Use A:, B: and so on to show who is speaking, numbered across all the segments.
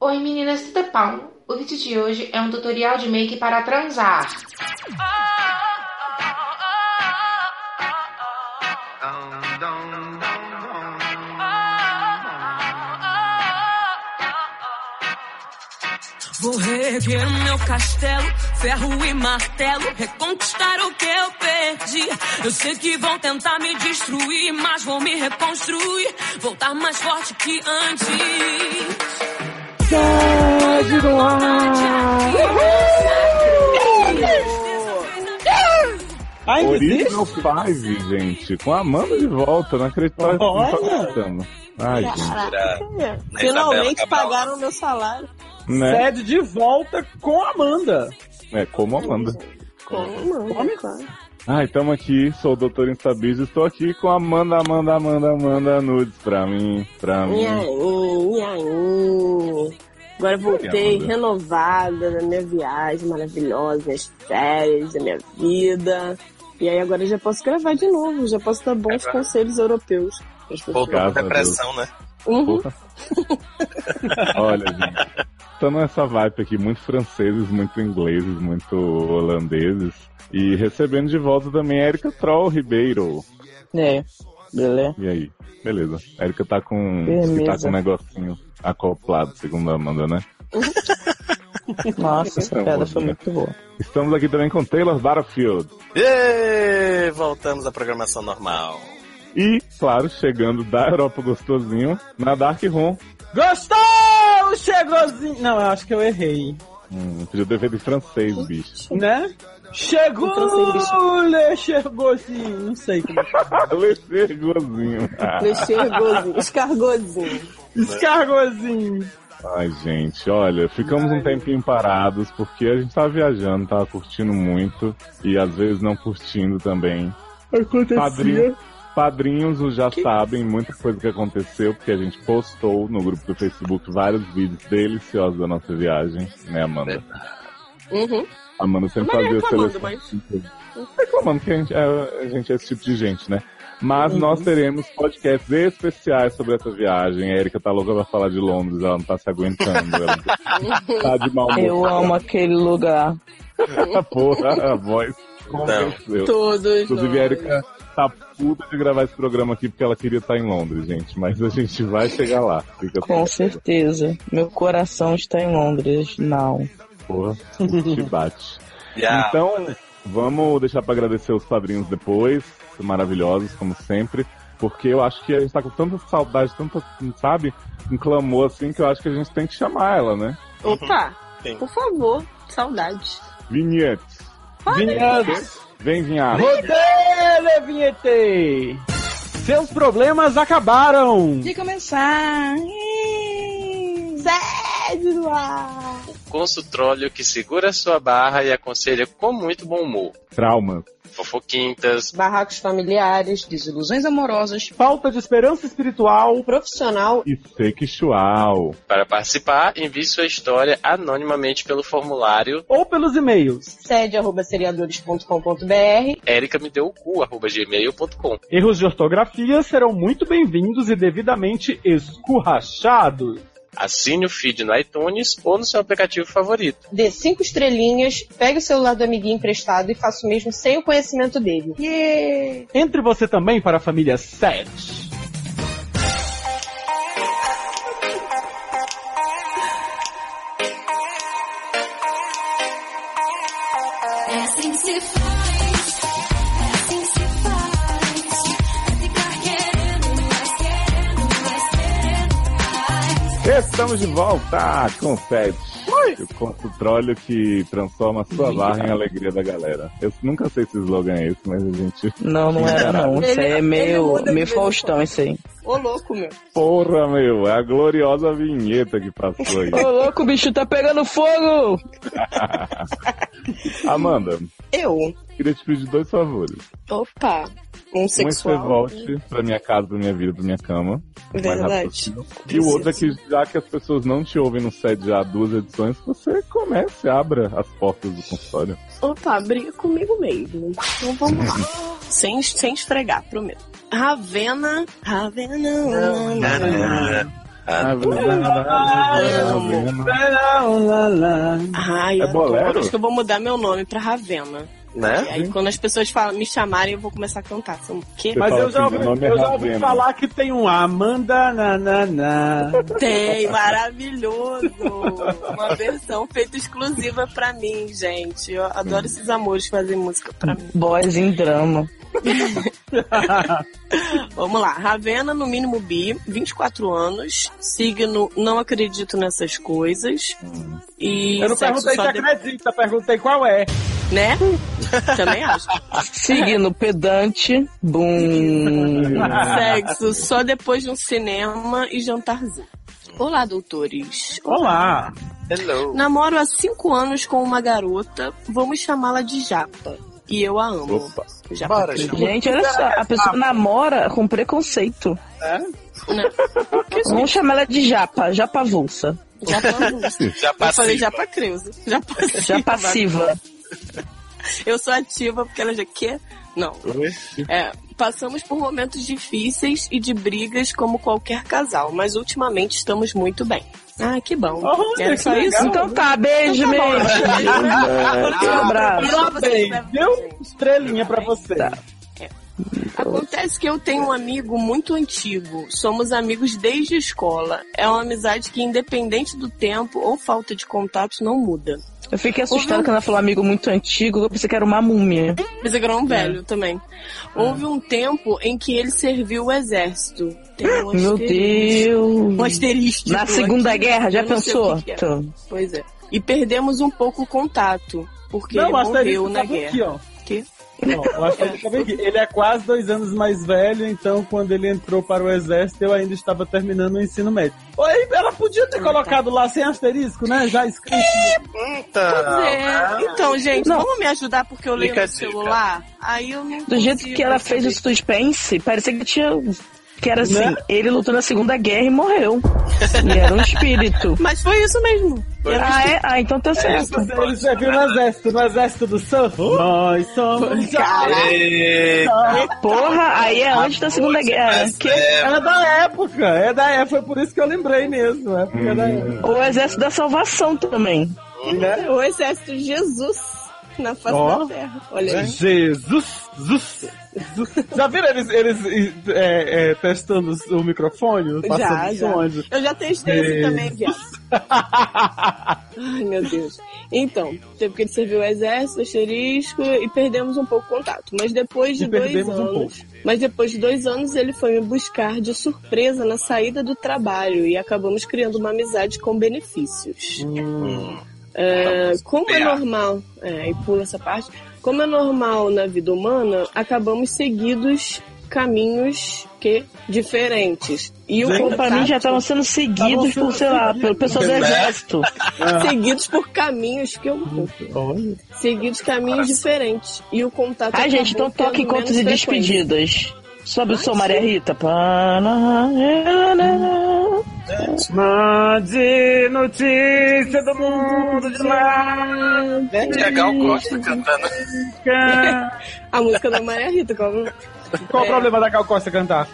A: Oi meninas, tudo é Paulo? O vídeo de hoje é um tutorial de make para transar.
B: Vou reerguer o meu castelo, ferro e martelo, reconquistar o que eu perdi. Eu sei que vão tentar me destruir, mas vou me reconstruir, voltar mais forte que antes.
C: Sede do Ai,
D: Original é Five, gente, com a Amanda de volta, não acreditava que
C: Olha!
D: não estamos. Ai, gente.
E: Na
F: Finalmente
E: Isabela Cabral.
F: pagaram meu salário.
D: Né?
C: Sede de volta com a Amanda.
D: É, como a Amanda.
F: Como, mano? Claro.
D: Ai, estamos aqui, sou o Doutor Instabiz, estou aqui com a Amanda, Amanda, Amanda, Amanda, nudes pra mim, pra mim.
F: Nhaô, nhaô. Agora eu voltei
D: Obrigado.
F: renovada da minha viagem maravilhosa, minhas férias, da minha vida. E aí agora eu já posso gravar de novo, já posso dar bons
E: Agora-
F: conselhos europeus. pras pessoas.
E: Voltou com
D: Graças a
E: depressão, né?
F: Uhum.
D: Olha, gente. Estamos nessa vibe aqui, muito franceses, muito ingleses, muito holandeses. E recebendo de volta também a Erika Troll Ribeiro.
G: É, beleza.
D: E aí? Beleza. A Erika tá com.
G: Beleza.
D: Que tá com um negocinho acoplado, segundo a Amanda, né? Então,
G: Nossa, essa piada foi muito boa.
D: Estamos aqui também com Taylor Barfield.
E: Êêê, voltamos à programação normal.
D: E, claro, chegando da Europa gostosinho, na Dark Room.
C: Gostou? Chegouzinho. Não, eu acho que eu errei.
D: Hum, podia ter feito em francês, bicho.
C: Né? Chegou,
F: Então, sem bicho.
C: Le Chegouzinho. Não sei como. é
D: Lecergozinho.
F: Mexergozinho, escargozinho.
C: Escargozinho.
D: Ai, gente, olha, ficamos um tempinho parados porque a gente tava viajando, tava curtindo muito e às vezes não curtindo também. Padrinho, padrinhos os já sabem muita coisa que aconteceu porque a gente postou no grupo do Facebook vários vídeos deliciosos da nossa viagem, né, Amanda?
F: Uhum.
D: A Amanda sempre
F: Mas
D: fazia
F: reclamando,
D: seleção. Reclamando que a gente, é, a gente é esse tipo de gente, né?
F: Uhum.
D: Mas nós teremos podcasts especiais sobre essa viagem. A Erika tá louca pra falar de Londres, ela não tá se aguentando. Ela tá de mau humor.
G: Eu amo aquele lugar.
D: Essa porra, a voz convenceu.
F: Todos.
D: Inclusive, a
F: nós.
D: Erika tá puta de gravar esse programa aqui porque ela queria estar em Londres, gente. Mas a gente vai chegar lá. Fica
G: Com certeza. Meu coração está em Londres. Não.
D: Porra, te bate.
E: E a
D: Então, vamos deixar pra agradecer os padrinhos depois, maravilhosos, como sempre, porque eu acho que a gente tá com tanta saudade, tanta, sabe, um clamor assim, que eu acho que a gente tem que chamar ela, né?
F: Opa,
E: Sim.
F: por favor, saudade.
D: Vinhete.
C: Vinhado.
D: Vem, vinhado.
C: Rodeio, vinhetei. Seus problemas acabaram.
G: De começar.
F: Sede do ar.
E: consultróleo que segura sua barra e aconselha com muito bom humor.
D: Trauma.
E: Fofoquintas,
F: Barracos familiares,
G: Desilusões amorosas.
C: Falta de esperança espiritual.
F: profissional
D: E sexual.
E: para participar, envie sua história anonimamente pelo formulário
C: Ou pelos e-mails.
F: sede arroba seriadores.com.br
E: ericamedeucu.gmail.com
C: Erros de ortografia serão muito bem-vindos e devidamente escurrachados.
E: Assine o feed no iTunes ou no seu aplicativo favorito.
F: dê cinco estrelinhas, pegue o celular do amiguinho emprestado e faça o mesmo sem o conhecimento dele.
C: Entre você também para a família 7.
H: É assim que se faz, é assim que se faz. É ficar querendo, mas querendo, mas querendo mais.
D: Estamos de volta com o Fed. O consultróleo que transforma a sua barra em alegria da galera. Eu nunca sei se o slogan é esse, mas a gente.
G: Não, não era não. Isso aí é meio, meio Faustão, isso aí.
F: Ô louco, meu.
D: Porra, meu! É a gloriosa vinheta que passou aí.
G: Ô louco, o bicho tá pegando fogo!
D: Amanda,
F: Eu.
D: queria te pedir dois favores.
F: Opa. Um
D: Um é que você
F: sexual.
D: volte pra minha casa, pra minha vida, pra minha cama. o mais rápido
F: Verdade.
D: possível. E o outro é que, já que as pessoas não te ouvem no set já há duas edições, você comece, abra as portas do consultório.
F: Opa, briga comigo mesmo. Então vamos lá. sem, sem esfregar, prometo. Ravena. Ravena.
D: né?
F: ah,
E: Nananana.
F: Ai, eu
D: É bolero?
F: adoro. Acho que eu vou mudar meu nome pra Ravena. E
E: Né?
F: aí, quando as pessoas falam, me chamarem, eu vou começar a cantar. São o quê?
C: Mas
D: fala
C: eu já
D: assim,
C: ouvi,
D: meu nome é
C: eu já ouvi
D: Ravena.
C: falar que tem um Amanda Nananá.
F: Tem, maravilhoso! Uma versão feita exclusiva pra mim, gente. Eu adoro esses amores que fazem música pra mim.
G: Boys em drama.
F: Vamos lá. Ravena, no mínimo bi, 24 anos, signo não acredito nessas coisas. E
C: Eu não
F: sexo
C: perguntei se
F: só de...
C: acredita, perguntei qual é.
F: né? Também acho.
G: Seguindo pedante. Bum.
F: Sexo só depois de um cinema e jantarzinho. Olá, doutores.
C: Olá.
E: Hello.
F: Namoro há cinco anos com uma garota, vamos chamá-la de Japa. E eu a amo.
D: Opa.
F: Japa
E: Bora,
F: Cris.
E: gente.
G: Gente, olha só, a pessoa namora com preconceito. Vamos chamar ela de japa, japa avulsa,
F: Japa Lúcia.
E: Já
F: Eu falei
E: passei.
F: Japa Creuza. Japa
G: japa passiva.
F: Eu sou ativa porque ela já quer. Não. É, passamos por momentos difíceis e de brigas como qualquer casal, mas ultimamente estamos muito bem. Ah, que bom.
C: Olha,
F: Era
C: que
F: só isso?
G: Então tá, beijo,
F: Então tá bom.
D: É.
G: beijo. Abraço.
F: Melhor vocês
C: Bem,
F: levam,
C: deu
F: gente.
C: estrelinha pra você.
G: Tá.
F: Acontece que eu tenho um amigo muito antigo. Somos amigos desde a escola. É uma amizade que, independente do tempo ou falta de contato, não muda.
G: Eu fiquei assustada quando ela falou amigo muito antigo, eu pensei que era uma múmia.
F: Mas agora é um velho também. Houve um tempo em que ele serviu o exército. Tem um
G: Meu
F: asterisco. Um
G: Deus.
F: asterístico.
G: Na Segunda
F: aqui.
G: Guerra, já
F: Eu não sei
G: pensou?
F: o que que é.
G: Então,
F: Pois é. E perdemos um pouco o contato. Porque
C: não,
F: ele
C: o asterisco
F: morreu
C: tá
F: na
C: aqui,
F: guerra.
C: ó.
F: Quê?
C: Não, o asterisco tá aqui. Ele é quase dois anos mais velho, então quando ele entrou para o exército, eu ainda estava terminando o ensino médio. Oi, ela podia ter colocado lá sem asterisco, né? Já escrito.
E: Então,
F: Pois é. Então, gente,
G: Não.
F: vamos me ajudar porque eu leio
E: Fica
F: no
E: a dica.
F: celular. Aí eu não
G: do jeito
F: consigo
G: que ela fez
F: saber.
G: o suspense, parecia que tinha. Que era assim,
C: Né?
G: ele lutou na Segunda Guerra e morreu. E era um espírito.
F: Mas foi isso mesmo.
G: Ah, é? Ah, então tá certo.
C: Ele serviu no exército, no exército do surf. Nós somos.
G: Porra, aí é antes da Segunda Guerra.
E: mas é,
C: É da época, é da época, foi por isso que eu lembrei mesmo. É porque é
F: Hum.
C: da época.
G: O Exército da Salvação também.
C: Né?
F: O exército de Jesus na face
C: Ó.
F: da terra. Olha aí.
C: Jesus, Jesus, Jesus. Já viram eles, eles é, é, testando o microfone?
F: Já,
C: Passando
F: já.
C: sonho?
F: Eu já testei esse
C: Jesus.
F: também, viado. Ai, meu Deus. Então, teve que ele serviu o exército, asterisco, e perdemos um pouco o contato. Mas depois de
C: E
F: dois
C: perdemos um
F: anos...
C: pouco.
F: Mas depois de dois anos ele foi me buscar de surpresa na saída do trabalho e acabamos criando uma amizade com benefícios.
C: Hum. Tá
F: É, como é
E: Obrigado.
F: normal, é, e pula essa parte, como é normal na vida humana, acabamos seguidos caminhos que diferentes. E o
C: Gente,
G: Pô, pra mim já tá- estavam sendo
C: Estavam
G: seguidos
C: sendo
G: por, sei lá,
C: seguidos.
G: pelo pessoal do
E: Né?
G: Exército.
F: seguidos por caminhos que eu seguidos caminhos diferentes e o contato
G: Ai, gente,
F: acabou
G: então toque
F: tendo
G: encontros e
F: é menos frequência.
G: despedidas. Sobe o som, Maria Rita. Panarana.
C: Mande notícia do mundo de lá.
F: né?
E: Gente, a Gal Costa cantando.
F: a música da Maria Rita como
C: Qual o problema da Gal Costa cantar?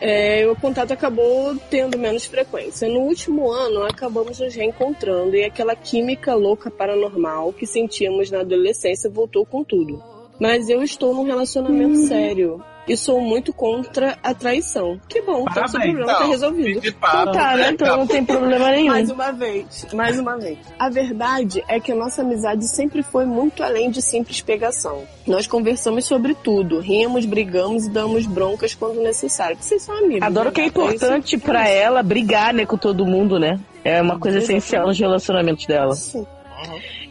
F: É, o contato acabou tendo menos frequência. No último ano, acabamos nos reencontrando e aquela química louca paranormal que sentíamos na adolescência voltou com tudo. Mas eu estou num relacionamento
G: Uhum.
F: sério e sou muito contra a traição. Que bom, então seu
C: Parabéns.
F: problema está
E: Não,
F: resolvido.
E: De papo.
G: Tá, né? Então não tem problema
F: Mais
G: nenhum.
F: uma vez, mais uma vez. A verdade é que a nossa amizade sempre foi muito além de simples pegação. Nós conversamos sobre tudo, rimos, brigamos e damos broncas quando necessário. Porque vocês são amigos.
G: Adoro
F: né?
G: que é
F: Então, isso-
G: importante pra ela brigar, né, com todo mundo, né? É uma coisa essencial nos relacionamentos dela.
F: Sim.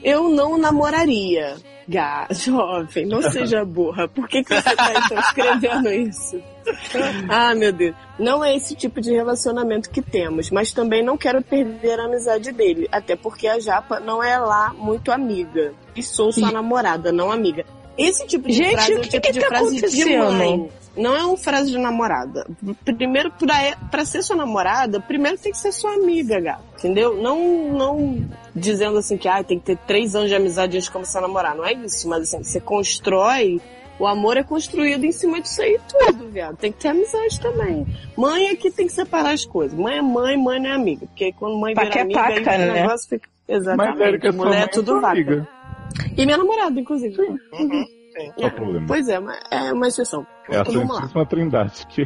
F: Eu não namoraria. Gá, jovem, não seja burra. Por que, que você tá então escrevendo isso? Ah, meu Deus. Não é esse tipo de relacionamento que temos, mas também não quero perder a amizade dele. Até porque a Japa não é lá muito amiga. E sou sua namorada, não amiga. Esse tipo de
G: Gente,
F: frase é
G: o
F: um
G: que
F: tipo
G: que
F: de
G: tá
F: frase de
G: acontecendo?
F: mãe. Não é uma frase de namorada. Primeiro, pra, é, pra ser sua namorada, primeiro tem que ser sua amiga, gata. Entendeu? Não, não dizendo assim que ah, tem que ter três anos de amizade antes de começar a namorar. Não é isso, mas assim, você constrói O amor é construído em cima disso aí tudo, viado. Tem que ter amizade também. Mãe é que tem que separar as coisas. Mãe é mãe, mãe não é amiga. Porque aí quando mãe
G: Paca
F: vira
G: é
F: amiga, aí
G: paca,
F: o
G: né?
F: negócio fica...
D: Mas
F: Exatamente.
D: Érica, sua mãe
F: Mulher
D: é
F: é tudo
D: tua
F: vaca.
D: amiga.
F: E minha namorada, inclusive.
D: Qual o problema?
F: Pois é, mas é uma exceção.
D: É a
F: Então, vamos lá.
D: Santíssima Trindade que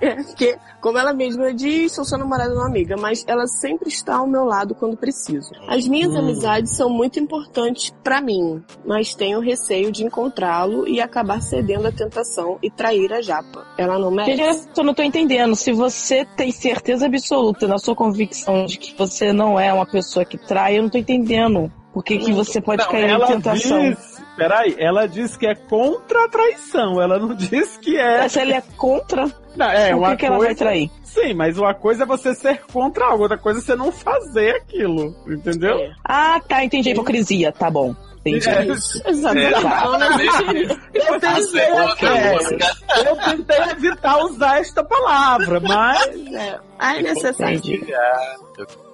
F: É, Porque, como ela mesma diz, sou sua namorada não amiga, mas ela sempre está ao meu lado quando preciso. As minhas
G: Hum.
F: amizades são muito importantes pra mim, mas tenho receio de encontrá-lo e acabar cedendo à tentação e trair a japa. Ela não
G: Gente,
F: merece.
G: olha só, eu não tô entendendo. Se você tem certeza absoluta na sua convicção de que você não é uma pessoa que trai, eu não tô entendendo. Por que, que você pode
C: Não,
G: cair em
C: ela
G: É tentação?
C: diz. Peraí, ela diz que é contra a traição. Ela não diz que é.
G: Mas Se ela é contra,
C: Não, é,
G: por
C: uma
G: que, que ela vai
C: coisa.
G: trair?
C: Sim, mas uma coisa é você ser contra algo, outra coisa é você não fazer aquilo. Entendeu?
F: É.
G: Ah, tá, entendi a hipocrisia. Tá bom. Entendi.
C: É.
F: Exatamente.
C: Eu tentei, é, eu tentei evitar usar esta palavra, mas.
F: É. Ah, é necessário.
G: Entendi.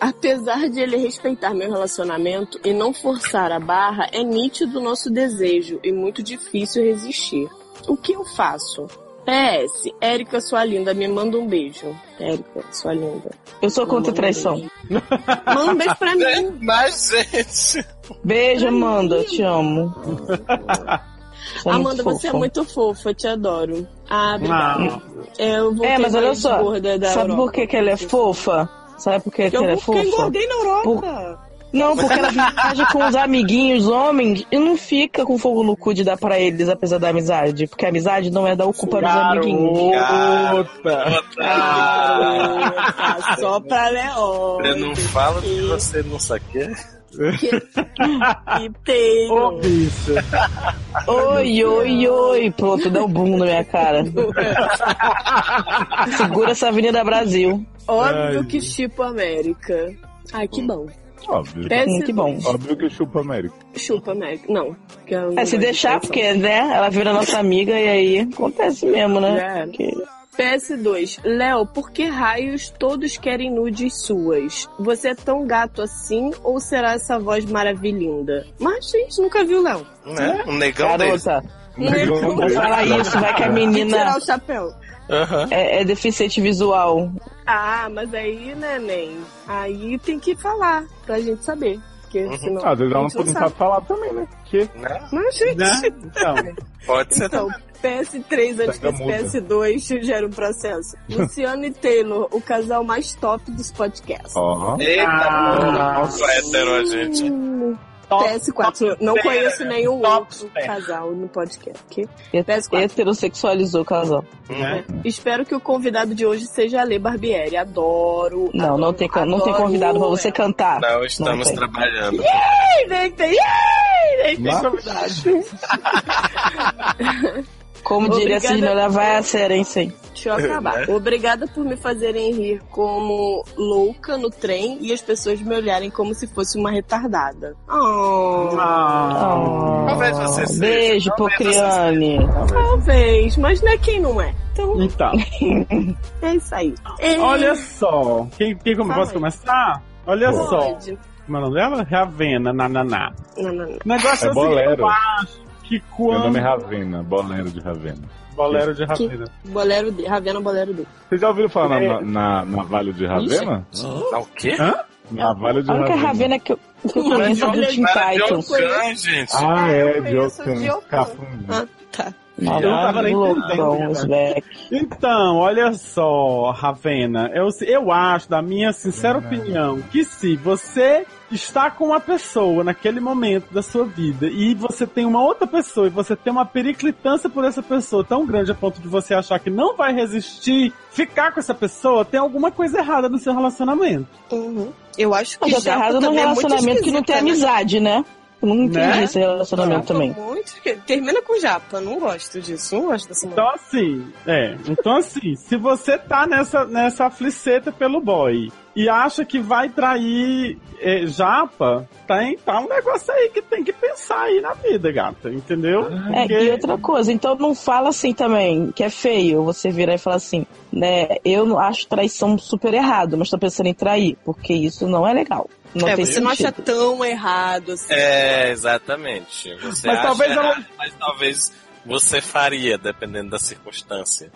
F: Apesar de ele respeitar meu relacionamento e não forçar a barra, é nítido o nosso desejo e muito difícil resistir. O que eu faço? PS, Érica, sua linda, me manda um beijo. Érica, sua linda.
G: Eu sou
F: Manda
G: contra
F: um
G: traição.
F: beijo. Manda um beijo pra mim.
E: Mas, gente.
G: Beijo, Amanda. Te amo. Você é muito
F: Amanda, você é
G: fofa.
F: muito fofa, eu te adoro. Ah, obrigada.
C: Não.
F: É, eu vou
G: É, mas olha só,
F: Gorda da
G: Sabe
F: Europa.
G: por que, que ela é fofa? Sabe por que, que
F: Eu
G: ela é
F: nunca
G: fofa?
F: engordei na Europa.
G: Não, porque ela viaja com os amiguinhos homens e não fica com fogo no cu de dar pra eles, apesar da amizade. Porque a amizade não é dar o cu para os amiguinhos.
C: Garota.
F: Ah, só pra Leon.
E: Eu não falo que você não saqueia.
F: E tem.
C: Ô, bicho.
G: Oi, oi, oi. Pronto, dá um boom na minha cara. Segura essa Avenida Brasil.
F: Óbvio
C: Ai,
F: que chupa América. Ai, que bom.
D: Óbvio.
F: Parece-
G: Que bom.
D: Óbvio que chupa América.
F: Chupa América. Não. que eu não
G: É, se
F: gosto
G: deixar,
F: de
G: porque, né, ela vira nossa amiga e aí acontece mesmo, né?
F: traição. É.
G: Que-
F: PS2. Léo, por que raios todos querem nudes suas? Você é tão gato assim ou será essa voz maravilhinda? Mas, gente, nunca viu, Léo.
E: Né? Um negão desse.
G: Garota,
D: Negão
G: não
D: desse.
G: fala isso, vai
F: Tem que é
G: que a
F: tirar
G: menina
F: o chapéu.
E: Aham.
G: é, é deficiente visual.
F: Ah, mas aí, né, neném? Aí tem que falar pra gente saber. Porque senão.
D: Ah, às vezes ela
F: a
D: não,
F: gente
D: não sabe falar também, né? Que?
E: Né?
F: Mas, gente.
C: Né? Então,
E: Pode ser
F: Então,
E: também.
F: PS3 antes
D: Pega
F: desse
D: muda.
F: PS2 gera um processo. Luciano e Taylor, o casal mais top dos podcasts.
D: Ó. é
E: Eita,
C: Ah,
E: só é hétero, gente.
F: Hum,
C: top.
F: PS4, não
C: top
F: conheço nenhum
C: top
F: outro
C: terra.
F: casal no podcast. ok? PS4.
G: Heterossexualizou o casal.
C: Né?
F: Espero que o convidado de hoje seja Ale Barbieri. Adoro.
G: Não, não tem, can- não tem
F: adoro
G: convidado pra você
F: ela.
G: cantar.
E: Não estamos
G: tem.
E: trabalhando.
F: Ei, nem tem, ei, nem tem.
G: Como diria
F: Obrigada.
G: Cisne, olha, vai a sério, hein, sim.
F: Deixa eu acabar.
C: Né?
F: Obrigada por me fazerem rir como louca no trem e as pessoas me olharem como se fosse uma retardada. Oh.
C: Ah,
G: Oh,
E: Talvez você seja,
G: Beijo,
E: talvez você
G: Pocriane.
F: Talvez, mas não é quem não é. Então,
C: Então,
F: é isso aí. Ei,
C: Ah, olha só. Quem, quem como, posso
F: Fala.
C: começar? Olha só.
F: pode.
C: Como é o nome dela? Ravena, nananá.
F: Não, não, não.
C: O negócio
D: É
C: assim,
D: bolero.
C: eu acho que
D: Meu
C: quando...
D: nome é Ravena, bolero de Ravena.
C: Bolero de Ravena.
F: Bolero de... Ravena Bolero de...
D: Vocês já ouviram falar
C: É.
D: na, na, na Vale de Ravena?
E: Ah, o quê?
D: Na Ah, Vale de
G: A única
D: Ravena.
G: Ravena que eu, que eu conheço é do Teen
E: Para de
G: Titans.
E: Ocan, gente.
D: Ah, é,
F: Eu conheço
D: Diocan.
F: Diocan.
D: Cafunga.
F: Ah, tá.
C: Eu não tava nem
G: Loucão,
C: entendendo,
G: os
C: né?
G: velhos.
C: Então, olha só, Ravena, eu, eu acho, da minha
D: É.
C: sincera opinião, que se você está com uma pessoa naquele momento da sua vida e você tem uma outra pessoa e você tem uma periclitância por essa pessoa tão grande a ponto de você achar que não vai resistir, ficar com essa pessoa, tem alguma coisa errada no seu relacionamento.
F: Uhum. Eu acho que
G: Mas já tá
F: Japa
G: errado num
F: também é muito
G: relacionamento que não tem
F: esquisita,
G: amizade, né? Eu não entendi
C: Né?
G: esse relacionamento
F: né?
G: também.
F: Muito esquisita. Termina com Japa, não gosto disso, não gosto dessa mulher.
C: Então assim, é. Então assim, se você tá nessa, nessa afliceta pelo boy e acha que vai trair é, japa, tem, tá um negócio aí que tem que pensar aí na vida, gata, entendeu?
E: Ah,
G: É, e outra coisa, então não fala assim também, que é feio você virar e falar assim, né? Eu não acho traição super errado, mas tô pensando em trair, porque isso não é legal. Não
F: é,
G: tem
F: você não acha
G: sentido.
F: tão errado assim.
E: É, exatamente. Você
C: Mas
E: acha é
C: talvez ela-
E: errado, Mas talvez
I: Você faria, dependendo da circunstância.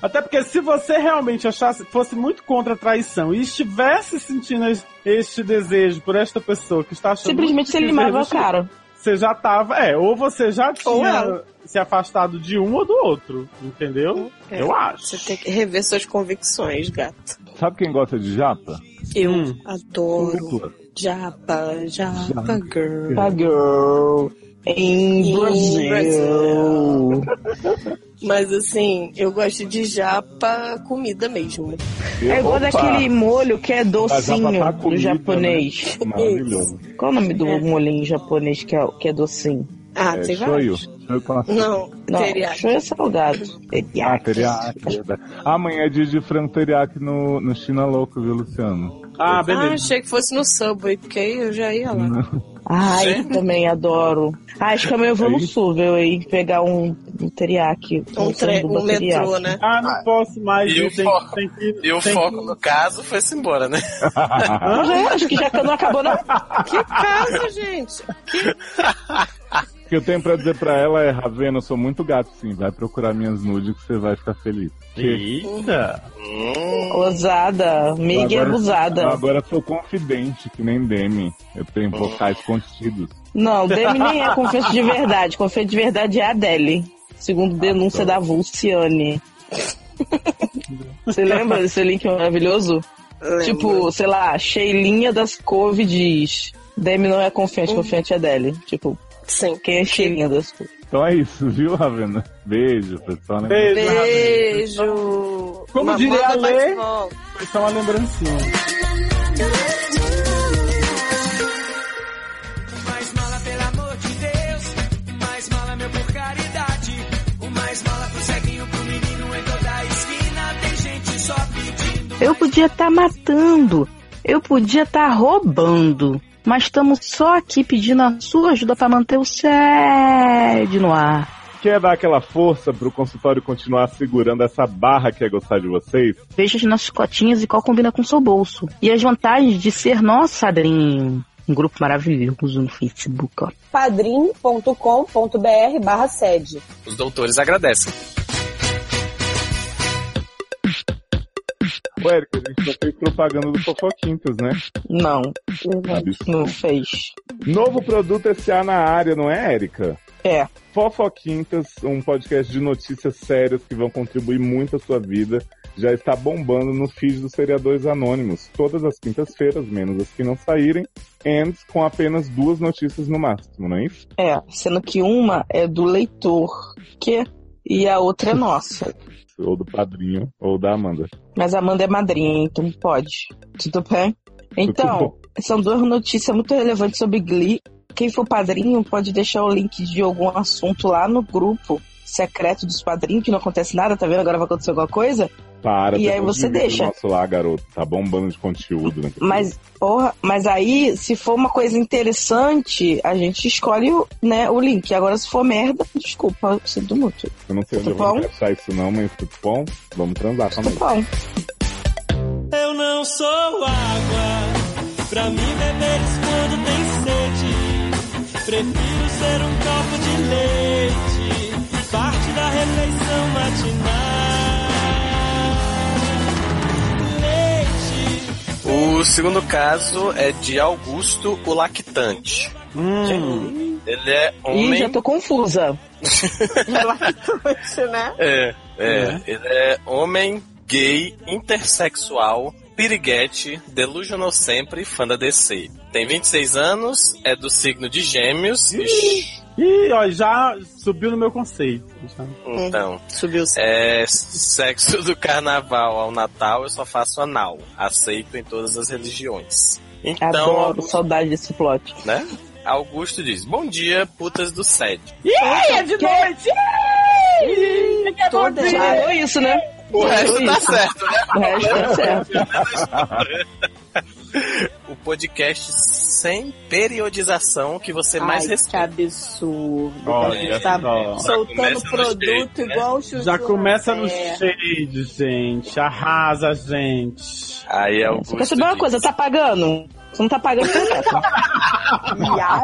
C: Até porque se você realmente achasse, fosse muito contra a traição e estivesse sentindo es- este desejo por esta pessoa que está achando.
G: Simplesmente
C: muito
G: você limava a
F: né?
C: irresistível,
G: cara.
C: Você já tava. É, ou você já tinha
F: ela.
C: se afastado de um ou do outro, entendeu?
F: É.
C: Eu acho.
F: Você tem que rever suas convicções, gato.
D: Sabe quem gosta de japa?
F: Eu
E: um
C: Hum.
F: adoro.
D: Dupla.
F: Japa, Japa
D: É.
F: Girl.
G: Tá, girl. Em
F: Em
G: Brasil.
F: Mas assim, eu gosto de japa comida mesmo.
G: É igual
D: Opa!
G: daquele molho que é
D: A japa
G: docinho
D: tá
G: do
D: comida,
G: japonês.
D: né? Maravilhoso.
G: Qual o nome do
F: É.
G: molhinho japonês que é, que é docinho?
F: Ah,
D: É,
F: tem
D: shoyu.
F: vários?
D: Shoyu com
G: Um
D: açúcar.
F: Não,
G: Não,
F: teria.
G: shoyu é salgado.
D: Ah,
G: Teriyaki.
D: teriyaki. Amanhã é dia de frango teriyaki no, no China Louco, viu, Luciano?
C: Ah,
F: Ah,
C: beleza.
F: achei que fosse no Subway, porque aí eu já ia
D: Hum,
F: lá.
G: Ai, eu também adoro. Ai, acho que amanhã eu vou no
D: Aí.
G: Subway aí pegar um, um teriyaki.
F: Um, tre-
G: sanduba
F: um metrô,
G: teriyaki.
F: né?
C: Ah, não posso mais.
I: E
C: eu
I: o
C: tenho-
I: foco?
C: tem que-
I: E o
C: tem
I: foco,
C: que-
I: no caso, foi-se embora, né?
G: Mas é, acho que já que não acabou não.
F: Que casa, gente!
D: O que eu tenho pra dizer pra ela é, Ravena, eu sou muito gato, sim. Vai procurar minhas nudes que você vai ficar feliz. Que-
C: Eita!
G: Ousada, Mig é
D: Agora-
G: abusada.
D: Agora eu sou confidente, que nem Demi. Eu tenho vocais contidos.
G: Não, Demi nem é confesso de verdade. Confesso de verdade é a Adele.
D: Ah,
G: Segundo denúncia
D: então.
G: da Vulciane. Você lembra desse link maravilhoso?
F: Lembro.
G: Tipo, sei lá, Sheilinha das Cove diz. Demi não é confiante, confiante é Adele. Tipo,
F: Hum. sim.
G: quem é Sheilinha das Cove?
D: Então é isso, viu, Ravena? Beijo, pessoal. né?
C: Beijo, Rafa.
F: Beijo!
C: Como
F: Mamada
C: diria a
F: bate
C: Lê?
F: volta.
C: Isso é uma lembrancinha.
B: mais mala, pelo amor de Deus. O mais mala, meu, por caridade. O mais mala pro ceguinho, pro menino em toda a esquina. Tem gente só pedindo.
G: Eu podia estar matando, eu podia estar roubando, mas estamos só aqui pedindo a sua ajuda para manter o sede no ar.
D: Quer dar aquela força pro consultório continuar segurando essa barra que é gostar de vocês?
G: Veja as nossas cotinhas e qual combina com o seu bolso. E as vantagens de ser nosso padrinho. Um grupo maravilhoso no Facebook, ó.
J: padrim.com.br barra sede.
I: Os doutores agradecem.
D: Ué, Érico, a gente já fez propaganda do Fofoquintas, né?
G: Não,
D: Absurdo.
G: não fez.
D: Novo produto SA na área, não é, Érica?
G: É.
D: Fofoquintas, um podcast de notícias sérias que vão contribuir muito à sua vida, já está bombando no feed dos seriadores anônimos, todas as quintas-feiras, menos as que não saírem, and com apenas duas notícias no máximo, não é isso?
G: É, sendo que uma é do leitor, que e a outra é nossa.
D: Ou do padrinho, ou da Amanda.
G: Mas a Amanda é madrinha, então pode. Tudo bem? Então, São duas notícias muito relevantes sobre Glee. Quem for padrinho pode deixar o link de algum assunto lá no grupo secreto dos padrinhos, que não acontece nada, tá vendo? Agora vai acontecer alguma coisa.
D: Para,
G: E
D: tem
G: aí
D: uns
G: você
D: vídeos
G: deixa.
D: Nosso lá, garoto, tá bombando de conteúdo. Né?
G: Mas, porra, mas aí, se for uma coisa interessante, a gente escolhe o, né, o link. Agora, se for merda, desculpa, eu sinto muito.
D: Eu não sei onde eu
G: tudo
D: vou
G: bom?
D: encaixar isso não, mas tudo bom? Vamos transar, calma aí.
G: Tá Bom,
B: Eu não sou água. Pra mim, beberes quando tem sede. Prefiro ser um copo de leite. Parte da refeição matinal. Leite.
I: O segundo caso é de Augusto, o lactante.
C: Hum.
I: Ele é
G: e já
I: homem.
G: tô confusa.
F: Lactante, né?
I: É, é,
C: Uhum.
I: Ele é homem gay, intersexual, piriguete, delusional sempre, fã da DC. Tem 26 anos, é do signo de Gêmeos. Ixi,
C: Ih, ó, já subiu no meu conceito. Já.
I: Então,
F: Subiu sim.
I: é sexo do carnaval ao Natal, eu só faço anal. Aceito em todas as religiões. Então,
G: Adoro,
I: Augusto,
G: saudade desse plot.
I: né? Augusto diz: Bom dia, putas do sede.
C: é de noite!
G: Todas. Falou isso, né?
I: O resto tá certo, né?
G: O resto é certo.
I: O podcast sem periodização que
F: É
I: você mais
F: Ai, que
I: respeita.
F: absurdo.
C: Olha
F: tá
C: só.
F: soltando
I: começa no
F: produto
I: jeito, né?
F: igual o chuchu.
C: Já começa
J: né?
C: no
F: É.
C: shade, gente. Arrasa, gente.
I: Aí
G: Quer
I: Augusto.
G: saber uma
I: diz,
G: coisa? Tá pagando? Você não tá pagando por essa.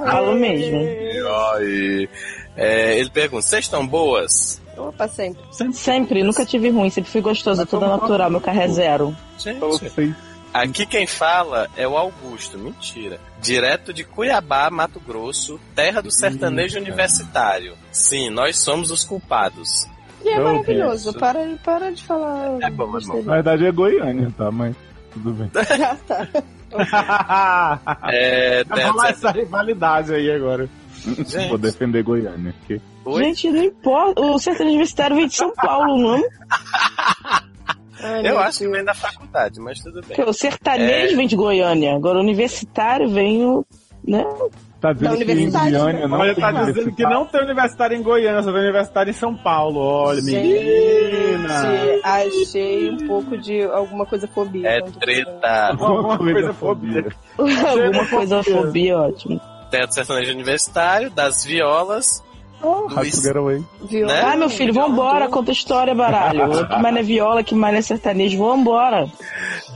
G: Falo mesmo.
I: E, ó, e, é, ele pergunta: vocês estão boas?
J: Opa, sempre.
C: Sempre
G: Sempre, nunca tive ruim, sempre fui gostosa, toda natural, meu carro é zero.
I: Gente,
C: você.
G: É
I: aqui quem fala é o Augusto, mentira. Direto de Cuiabá, Mato Grosso, terra do sertanejo universitário. Sim, nós somos os culpados.
J: E é
D: Eu
J: maravilhoso.
I: penso.
J: Para, para de falar.
I: É bom, é bom.
D: Na verdade é Goiânia, tá? Mas tudo bem.
J: Já tá.
I: É,
C: Vai
I: terra do
C: rolar essa rivalidade aí agora.
I: Gente.
D: Vou defender Goiânia. Porque...
I: Oi?
G: Gente, não importa, o sertanejo universitário veio de São Paulo, não? é
J: Ai,
I: Eu
J: meu
I: acho que
J: Deus.
I: vem da faculdade, mas tudo bem.
G: Porque o
I: É.
G: sertanejo vem de Goiânia, agora o universitário vem o... Né?
D: Tá dizendo que em
J: universidade,
D: Goiânia não
C: Olha,
D: tem
C: tá dizendo que não tem universitário em Goiânia, só tem universitário em São Paulo. Olha, menina.
J: Gente, achei um pouco de alguma coisa fobia.
I: É
J: quando-
I: treta.
C: Alguma coisa
D: coisa
C: fobia.
G: Alguma coisa fobia, ótimo.
I: Terra do sertanejo universitário, das violas.
D: Oh,
I: Luiz.
D: Hatsugarawaí.
J: Violão,
I: né?
G: Ah, meu filho, vambora, conta história, baralho. Que mais é viola, que mais é sertanejo, vambora.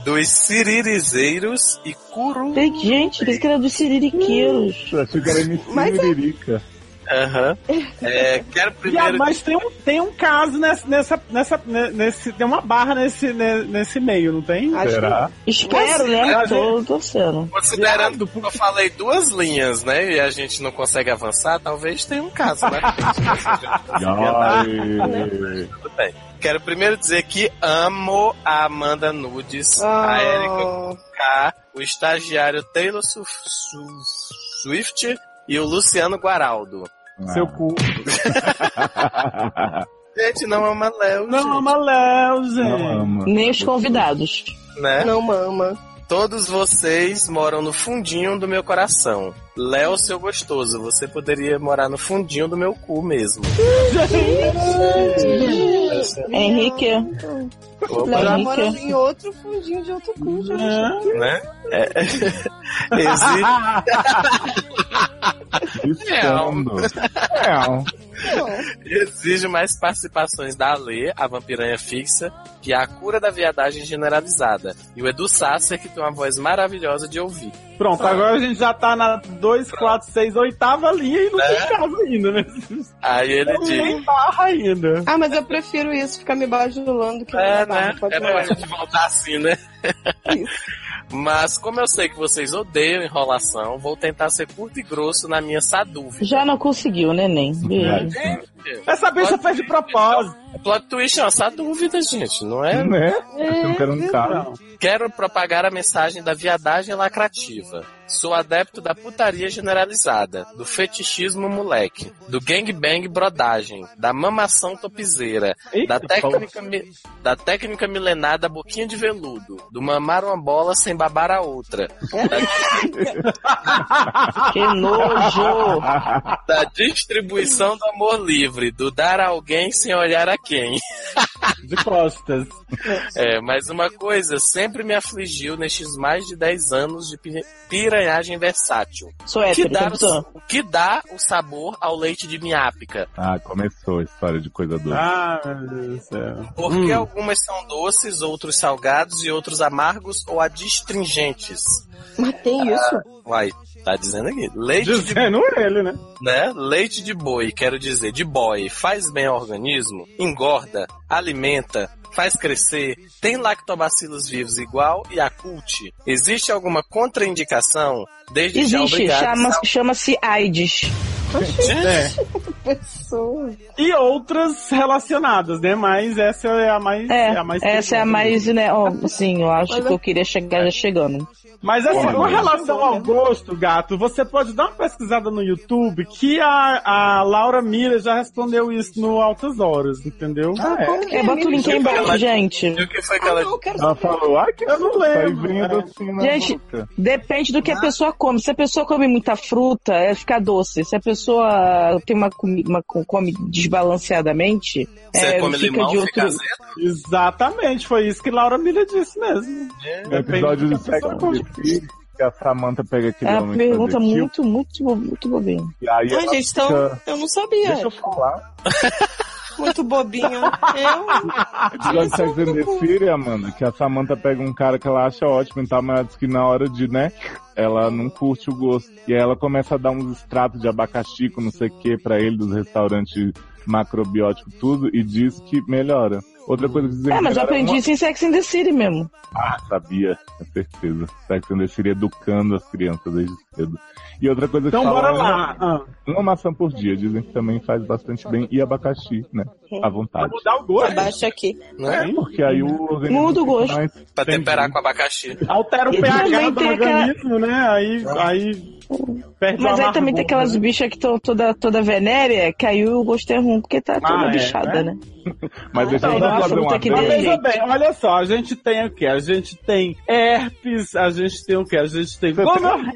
I: dos siririzeiros e curu.
G: Tem gente, pensei que era dos siririqueiros.
D: Achei que era MC
J: Mas é-
D: Lirica.
I: Aham. É,
C: E a-
I: quero primeiro.
C: mas tem um, tem um caso nessa, nessa, nessa, ne- nesse. Tem uma barra nesse, ne- nesse meio, não tem?
J: Acho
D: Será?
G: Espero, né?
I: Mas-
G: Tô torcendo.
I: Considerando que eu falei duas linhas, né? E a gente não consegue avançar, talvez tenha um caso, né?
C: é
D: Ai. né?
I: Tudo bem. Quero primeiro dizer que amo a Amanda Nudes, a Erika K, o estagiário Taylor Su- Su- Swift e o Luciano Guaraldo.
C: Seu cu.
I: Gente, não ama Léo,
C: Não,
I: gente,
C: ama Léo, gente.
D: Não ama.
G: Nem os convidados.
I: né?
J: Não mama.
I: Todos vocês moram no fundinho do meu coração. Léo, seu gostoso, você poderia morar no fundinho do meu cu mesmo.
G: É Henrique,
J: Léo já
G: Henrique.
J: mora em outro fundinho de outro cu, já.
I: né? É. Existe-
C: Ah,
D: Escondo.
C: um.
D: É.
I: Exijo mais participações da Alê, a vampiranha fixa, que é a cura da viadagem generalizada. E o Edu Sasser, que tem uma voz maravilhosa de ouvir.
C: Pronto, agora a gente já tá na 2, 4, 6, oitava linha e não
I: É?
C: tem caso ainda, né?
I: Aí ele
C: Não
I: diz.
C: tem barra ainda.
J: Ah, mas eu prefiro isso, ficar me bajulando que
I: É,
J: uma barra,
I: né?
J: pode
I: É pra
J: falar.
I: gente voltar assim, né? Mas como eu sei que vocês odeiam enrolação, vou tentar ser curto e grosso na minha sadúvia.
G: já não conseguiu, né, neném. Beijo.
I: Gente,
C: Essa bicha fez de propósito.
I: Plot twist é uma só dúvida, gente, não é?
D: Né? Achando que era
G: é.
D: um carro.
I: Quero propagar a mensagem da viadagem lacrativa. Sou adepto da putaria generalizada, do fetichismo moleque, do gangbang brodagem, da mamação topizeira, da técnica, mi- da técnica milenar da boquinha de veludo, do mamar uma bola sem babar a outra,
G: Que nojo.
I: da distribuição do amor livre, do dar a alguém sem olhar a quem.
C: De costas.
I: É, mas uma coisa sempre me afligiu nestes mais de 10 anos de pi- piranhagem versátil.
G: Sou
I: O que,
G: hétero,
I: dá
G: capitão.
I: o, o que dá o sabor ao leite de minhápica?
D: Ah, começou a história de coisa doida.
C: Ah, meu Deus do céu.
I: Porque algumas são doces, outros salgados e outros amargos ou adstringentes.
J: Mas tem isso?
I: Uai, tá dizendo aqui. Leite de,
C: Dizendo ele, né?
I: né? Leite de boi, quero dizer, de boi, faz bem ao organismo, engorda, alimenta, faz crescer, tem lactobacilos vivos igual e a culte. Existe alguma contraindicação? Desde já
G: Existe,
I: obrigado.
G: chama-
I: Sal-
G: chama-se AIDS. É.
J: Pessoa.
C: E outras relacionadas, né? Mas essa é a mais.
G: É,
C: a mais
G: essa é a mais, né? Ó, assim, eu acho que eu queria chegar já chegando.
C: Mas assim, com
D: Olha.
C: relação ao gosto, gato, você pode dar uma pesquisada no YouTube que a, a Laura Miller já respondeu isso no Altas Horas, entendeu?
J: Como que
G: É, bota o link aí embaixo, gente.
I: E o que foi que
J: Ah,
G: É,
I: ela
J: não, eu quero
D: Ela falou, ah, que
C: Eu não
D: Sai
C: lembro.
D: vindo assim na
G: Gente,
D: boca.
G: Depende do que
I: Ah.
G: a pessoa come. Se a pessoa come muita fruta, é ficar doce. Se a pessoa tem uma, comi- uma co- come desbalanceadamente,
I: Você
G: é,
I: come
G: fica
I: limão,
G: de outro.
I: fica azedo?
C: Exatamente, foi isso que Laura Miller disse mesmo.
D: No episódio do Sex and the City, que a Samantha pega aquele
G: É uma
D: homem
G: pergunta
D: fazer
G: muito, muito, bo- muito bobinha.
D: tipo, E aí
J: Ai,
D: ela
J: gente, então,
G: é.
D: fica-
J: eu não sabia.
D: Deixa eu falar.
J: Muito bobinho. Eu.
D: Agora você tá
J: Direção
D: dizendo
J: do cu.
D: The City, Amanda, que a Samantha pega um cara que ela acha ótimo e tal, mas ela diz que na hora de, né, ela não curte o gosto. E aí ela começa a dar uns extratos de abacaxi com não sei o que pra ele dos restaurantes macrobiótico tudo e diz que melhora. Outra coisa que dizem
G: É,
D: que
G: mas eu
D: melhora é
G: aprendi
D: uma-
G: isso em Sex and the City mesmo.
D: Ah, sabia, com certeza. Tá Sex and the City educando as crianças desde cedo. E outra coisa
C: Então
D: que
C: bora
D: falam é
C: lá. Ah,
D: Uma maçã por dia, dizem que também faz bastante bem. E abacaxi, né?
G: É.
D: À
C: pra
D: vontade.
C: mudar o gosto.
J: Abaixa aqui.
I: né?
D: Porque aí o organismo
G: Muda o
D: fica
G: gosto.
D: mais-
I: Pra
D: Entendi.
I: temperar com abacaxi.
C: Altera o
G: E
C: pH
G: também
C: do
G: tem aquela-
C: organismo, né? Aí, aí perde o
G: Mas aí
C: amargor,
G: também tem aquelas
C: né?
G: bichas que estão toda, toda venérea, que aí o gosto é ruim, porque tá toda
C: é,
G: bichada,
C: né?
G: né?
D: Mas deixa eu só
G: Então, nossa,
D: fazer um
G: puta que
D: adendo.
C: Mas veja
G: delícia.
C: bem, olha só, a gente tem o quê? A gente tem herpes, a gente tem o quê? A gente tem
D: Você
C: gonorreia,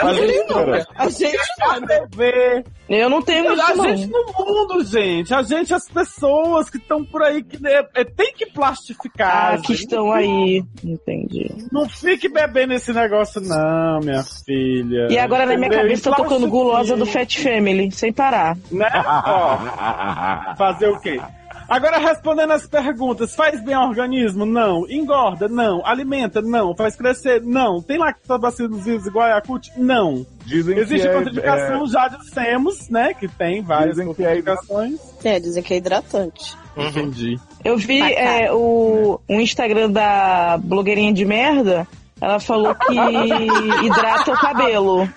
C: a gente
D: Cara,
J: A gente
C: tem HPV,
G: Eu não tenho
C: Mas
G: isso,
C: a
G: não.
C: gente no mundo, gente. A gente, as pessoas que estão por aí, que né, é, tem que plastificar.
G: Ah, que
C: gente.
G: estão aí. Entendi.
C: Não fique bebendo esse negócio, não, minha filha.
G: E agora na minha
C: É, Entendeu? assim,
G: cabeça tá tocando
C: Plastifique,
G: gulosa do Fat Family, sem parar.
C: Né? Ó, fazer o quê? Agora respondendo as perguntas, faz bem ao organismo? Não. Engorda? Não. Alimenta? Não. Faz crescer? Não. Tem lactobacilos vírus igual a Yakult? Não.
D: Dizem
C: Existe
D: que é-
C: contraindicação, já dissemos, né? Que tem várias
D: Dizem que é
C: contraindicações.
J: É, dizem que é hidratante.
C: Entendi.
G: Eu vi
J: Pra cá.
G: é, o, o Instagram da blogueirinha de merda, ela falou que hidrata o cabelo.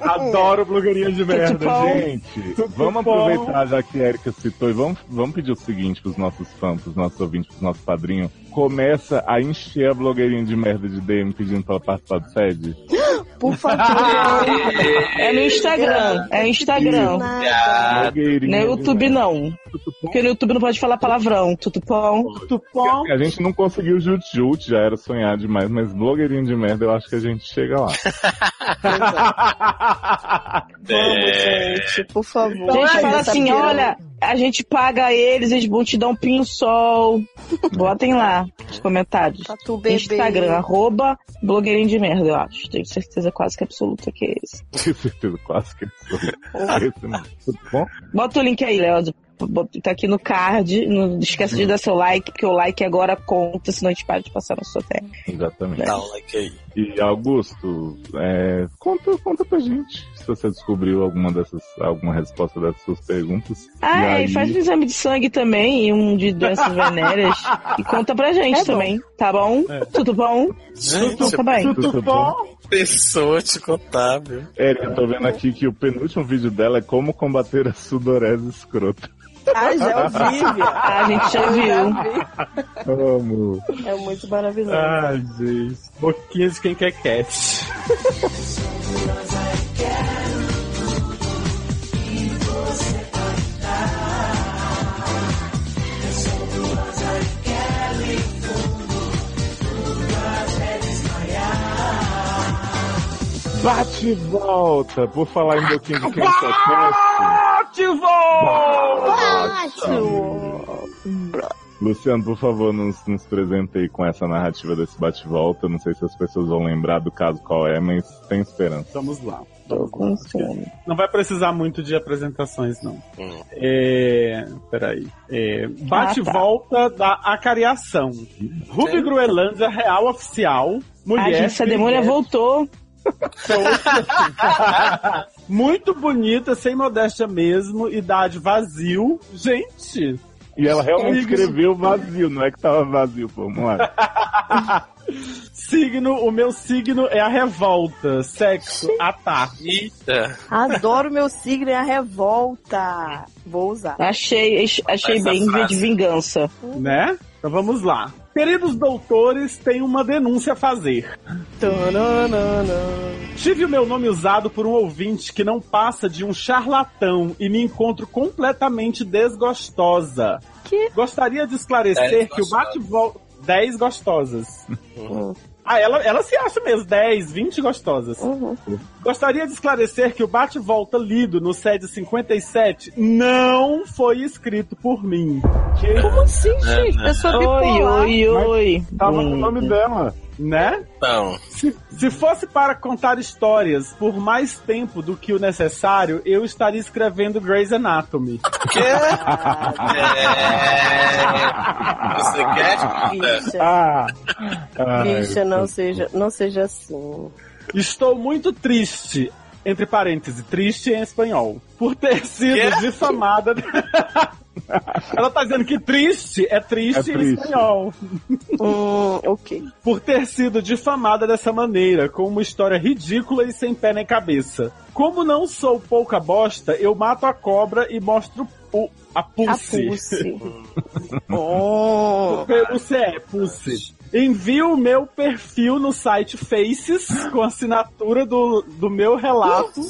C: Adoro blogueirinha de merda,
G: Futebol.
C: gente.
D: Gente,
C: Tudo
D: vamos
C: bom?
D: aproveitar já que a Erika citou e vamos, vamos pedir o seguinte pros nossos fãs, pros nossos ouvintes, pros nossos padrinhos. Começa a encher a blogueirinha de merda de DM pedindo pra ela participar do SED.
J: Por favor.
G: É no Instagram, é no Instagram.
J: Nada.
D: Blogueirinha
G: Não é
D: de
G: YouTube
D: merda.
G: não. Porque no YouTube não pode falar palavrão. Tutupom.
C: Tupom.
D: A gente não conseguiu jut-jut, já era sonhar demais, mas blogueirinha de merda eu acho que a gente chega lá.
J: Vamos,
I: é.
J: gente, por favor.
F: Então,
G: Gente,
J: Vamos
G: fala
J: nessa
G: assim,
J: piranha.
G: olha, a gente paga eles, eles vão te dar um pinho-sol. Botem lá os comentários.
J: Tatu bebê.
G: Instagram, arroba blogueirinho de merda, eu acho. Tenho certeza quase que absoluta que é esse.
D: Tenho certeza, quase que eu sou esse, mano. Tudo bom?
G: Bota o link aí, Léo. Bota- Tá aqui no card. Não esquece de dar seu like, porque o like agora conta, senão a gente para de passar na sua tela.
D: Exatamente.
I: Dá um like aí.
D: E Augusto, é, conta, conta pra gente se você descobriu alguma dessas, alguma resposta dessas suas perguntas.
G: Ah,
D: e
G: é,
D: aí,
G: e faz um exame de sangue também, e um de doenças venéreas. E conta pra gente
J: É bom.
G: também, tá bom? Tudo bom?
I: Gente,
G: Tá bem.
D: é tudo bom?
I: pessoa te contábil.
D: É, eu tô vendo aqui que o penúltimo vídeo dela é como combater a sudorese escrota.
J: Ah, já ouvi.
G: Ah, a gente já
J: Já
G: viu.
J: vi.
D: Amo.
J: É muito maravilhoso.
C: Ai, gente. Boquinha de quem quer cat.
D: Bate e volta, por falar em boquinha de quem só Luciano, por favor, nos, nos presente aí com essa narrativa desse bate-volta. Não sei se as pessoas vão lembrar do caso qual é, mas tem esperança.
C: Vamos lá.
G: Tô com sono.
C: Não vai precisar muito de apresentações, não.
I: Hum.
C: É. Peraí. É,
G: Ah, tá.
C: Bate-volta da acariação. Ruby
I: Sim.
C: Groenlândia, real oficial.
G: A
C: Mulher.
G: gente, essa demônia
C: mulher,
G: voltou.
C: solta. Muito bonita, sem modéstia mesmo. Idade vazio. Gente,
D: E ela realmente
C: Amigos.
D: escreveu vazio, não é que tava vazio, um vamos lá.
C: signo. O meu signo é a revolta. Sexo, ataque.
I: Eita.
J: Adoro meu signo é a revolta. Vou usar.
G: Achei, achei
I: Essa
G: bem, V de
I: frase.
G: vingança.
C: né? Então vamos lá. Queridos doutores, tenho uma denúncia a fazer.
J: Tananana.
C: Tive o meu nome usado por um ouvinte que não passa de um charlatão e me encontro completamente desgostosa.
J: Que?
C: Gostaria de esclarecer
I: Dez
C: que o
I: gostosas.
C: bate-volta. 10 gostosas.
I: Uhum.
C: Ah, ela, ela se acha mesmo, 10, 20 gostosas.
J: Uhum.
C: Gostaria de esclarecer que o bate-volta lido no SED 57 não foi escrito por mim.
J: Como assim, gente? Pessoa
G: Oi,
J: bipolar.
G: oi, oi.
D: Tava com o
G: Hum.
D: nome dela.
C: né?
I: Então,
C: Se fosse para contar histórias por mais tempo do que o necessário, eu estaria escrevendo Grey's Anatomy.
I: que é... Você quer?
F: Bicha,
C: Ah,
D: Ai,
F: bicha, não seja, não seja assim.
C: estou muito triste. Entre parênteses, triste em espanhol. Por ter sido
I: Quê?
C: difamada. Ela tá dizendo que triste é triste,
D: É
C: em
D: triste.
C: espanhol.
F: Hum, ok.
C: Por ter sido difamada dessa maneira, com uma história ridícula e sem pé nem cabeça. Como não sou pouca bosta, eu mato a cobra e mostro o, a
F: A
C: pulse.
F: pulse. Bom.
C: Você é Pulse. Envio o meu perfil no site Faces com a assinatura do, do meu relato.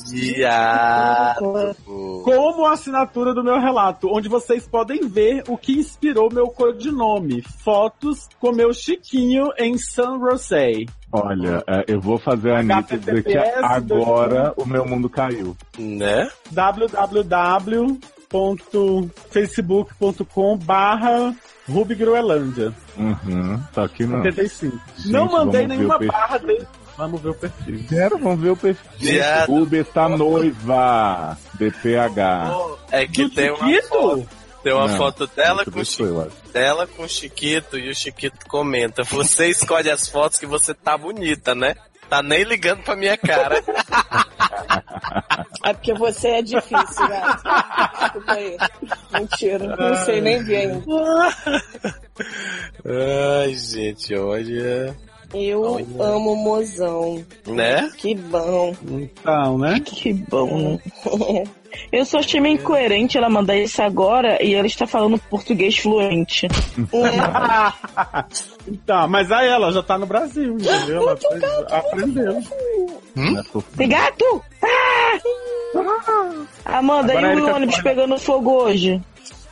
C: Como a assinatura do meu relato, onde vocês podem ver o que inspirou meu codinome. Fotos com meu chiquinho em San Jose.
D: Olha, é, eu vou fazer a Anitta dizer que
C: HTTPS
D: agora o meu mundo caiu.
I: Né?
C: www.facebook.com barra Ruby Groenlândia.
D: Uhum, só que não.
C: 75.
D: Gente,
C: Não mandei
D: vamos ver
C: nenhuma
D: o perfil.
C: barra dele. Vamos ver o perfil.
D: Quero, vamos ver o perfil.
I: Viado.
D: Uber tá noiva. DPH.
I: É que
C: Do
I: tem uma
C: Chiquito?
I: foto, tem uma
D: Não,
I: foto dela
D: Outra
I: com, o Chi-
D: pessoa, eu acho.
I: dela com o Chiquito e o Chiquito comenta: Você escolhe as fotos que você tá bonita, né? Tá nem ligando pra minha cara.
F: É porque você é difícil, gato. Desculpa aí. Mentira, não sei nem ver ainda.
I: Ai, gente, olha.
F: Eu
I: Olha.
F: amo mozão.
I: Né?
F: Que bom.
C: Então, né?
G: Que bom, né? Eu só achei meio incoerente ela mandar isso agora e ela está falando português fluente.
F: É.
C: Tá, mas aí ela já tá no Brasil, entendeu? Ela apre- aprendeu.
G: Tem gato! Ah! Amanda,
C: Agora a
G: e o
C: Erika
G: ônibus
C: fala.
G: pegando fogo hoje?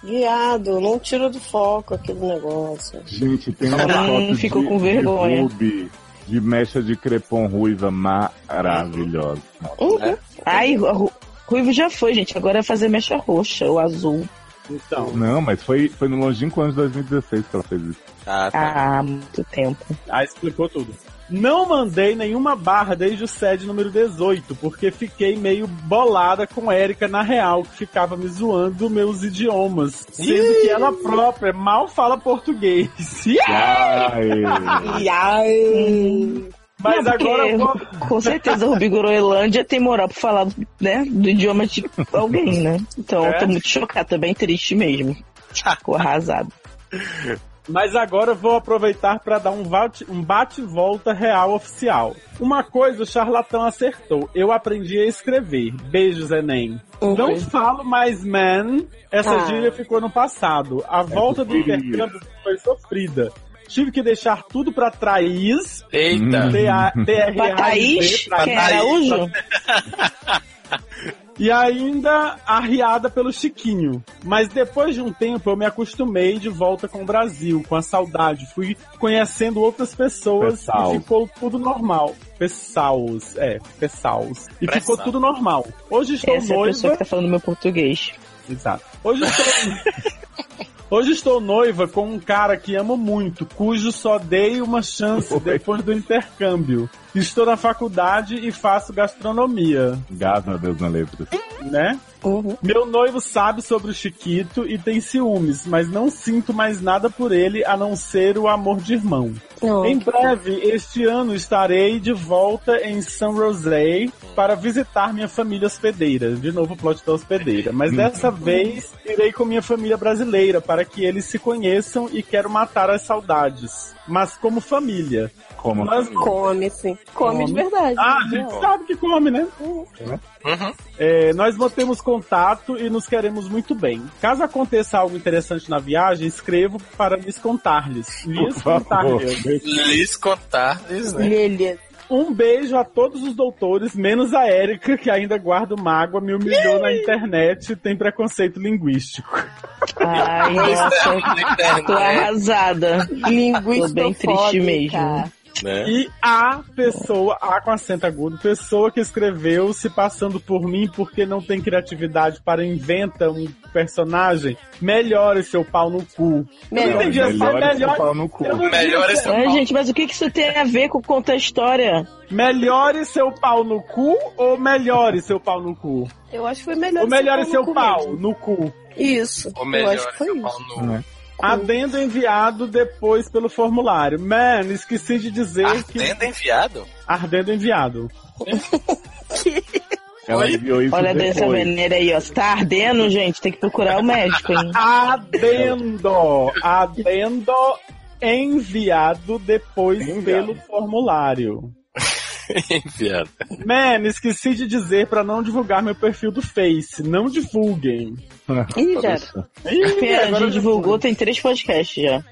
F: Viado, não tira do foco aquele negócio.
D: Gente, tem uma
G: Hum,
D: foto
G: ficou
D: de,
G: com vergonha.
D: de Ruby, de mecha de crepom ruiva maravilhosa.
F: Uhum.
G: Ai, a Ru- Ruivo já foi, gente. Agora é fazer mecha roxa ou azul.
C: Então,
D: Não, mas foi, foi no longínquo ano de 2016 que ela fez isso.
I: Ah, tá.
G: Ah, há muito tempo.
C: aí explicou tudo. Não mandei nenhuma barra desde o sede número 18, porque fiquei meio bolada com Érica na real, que ficava me zoando meus idiomas, sendo que ela própria mal fala português.
D: Ai,
F: E ai.
C: Mas
G: Não, porque
C: agora eu vou...
G: Com certeza, Rubi Groenlândia tem moral pra falar né, do idioma de alguém, né? Então,
C: É.
G: eu tô muito chocada, tô bem triste mesmo. Ficou arrasado.
C: Mas agora eu vou aproveitar para dar um, valte- um bate-volta real oficial. Uma coisa o charlatão acertou. Eu aprendi a escrever. Beijos, Enem. Não falo mais man. Essa
F: Ah.
C: gíria ficou no passado. A volta do
D: sofrida.
C: intercâmbio foi sofrida. Tive que deixar tudo pra trás.
I: Eita.
D: Hum.
G: Pra Thaís,
C: T-R-A-I-Z.
G: que é
I: Thaís.
G: Araújo,
C: E ainda arriada pelo Chiquinho. Mas depois de um tempo eu me acostumei de volta com o Brasil, com a saudade. Fui conhecendo outras pessoas
D: Pessoal.
C: e ficou tudo normal. Pessoas, é, pessoas. E
I: Pessoal.
C: ficou tudo normal. Hoje estou
G: essa é a pessoa
C: noiva.
G: que tá falando meu português.
C: Exato. Hoje estou. Hoje estou noiva com um cara que amo muito, cujo só dei uma chance
D: Oi.
C: depois do intercâmbio. Estou na faculdade e faço gastronomia,
D: gás, meu Deus, na letra.
C: né?
F: Uhum.
C: Meu noivo sabe sobre o Chiquito e tem ciúmes, mas não sinto mais nada por ele a não ser o amor de irmão.
F: Não.
C: Em breve, este ano, estarei de volta em São José para visitar minha família hospedeira. De novo, o plot da hospedeira. Mas dessa vez, irei com minha família brasileira para que eles se conheçam e quero matar as saudades. Mas como família.
D: Como
C: Nós
D: assim?
F: Come, sim. Come, de verdade.
C: Ah, a gente sabe que come, né?
I: Uhum.
C: É, nós mantemos contato e nos queremos muito bem. Caso aconteça algo interessante na viagem, escrevo para lhes contar-lhes.
D: Por
C: Lhes
D: favor.
C: contar-lhes.
I: Lhes contar, diz, né?
F: Lelê.
C: Um beijo a todos os doutores, menos a Érica, que ainda guarda mágoa, me humilhou na internet e tem preconceito linguístico.
G: Ai, nossa,
I: Na
G: tô
I: internet.
G: arrasada. Tô bem triste mesmo.
D: É.
I: né?
C: E a pessoa, a com acento agudo, pessoa que escreveu se passando por mim porque não tem criatividade para inventa um personagem, melhore seu pau no cu.
F: Melhor.
C: Eu não entendi, eu falei
D: Melhor
C: melhor-
D: esse pau no cu.
C: eu não entendi,
I: Melhor esse
G: É,
I: pau.
G: gente, mas o que que isso tem a ver com contar história?
C: Melhore seu pau no cu ou melhore seu pau no cu?
F: Eu acho que foi melhor.
C: Ou melhore
F: ser
C: é seu
F: no
C: pau
F: cu
C: no cu.
F: mesmo. Isso.
I: Ou
F: eu acho
I: melhor,
F: que foi
I: seu
F: isso.
I: pau no.
C: Adendo enviado depois pelo formulário. Man, esqueci de dizer que.
I: Ardendo enviado?
C: Ardendo enviado.
D: Ela enviou isso
G: Olha dessa
D: depois.
G: maneira aí, ó. Se tá ardendo, gente, tem que procurar o médico, hein?
C: Adendo. Adendo enviado depois
D: Enviado.
C: pelo formulário.
I: enviado.
C: Man, esqueci de dizer pra não divulgar meu perfil do Face. Não divulguem.
G: Ih, já.
C: Ih,
G: Pera, a
C: agora
G: gente divulgou, tem três podcasts já.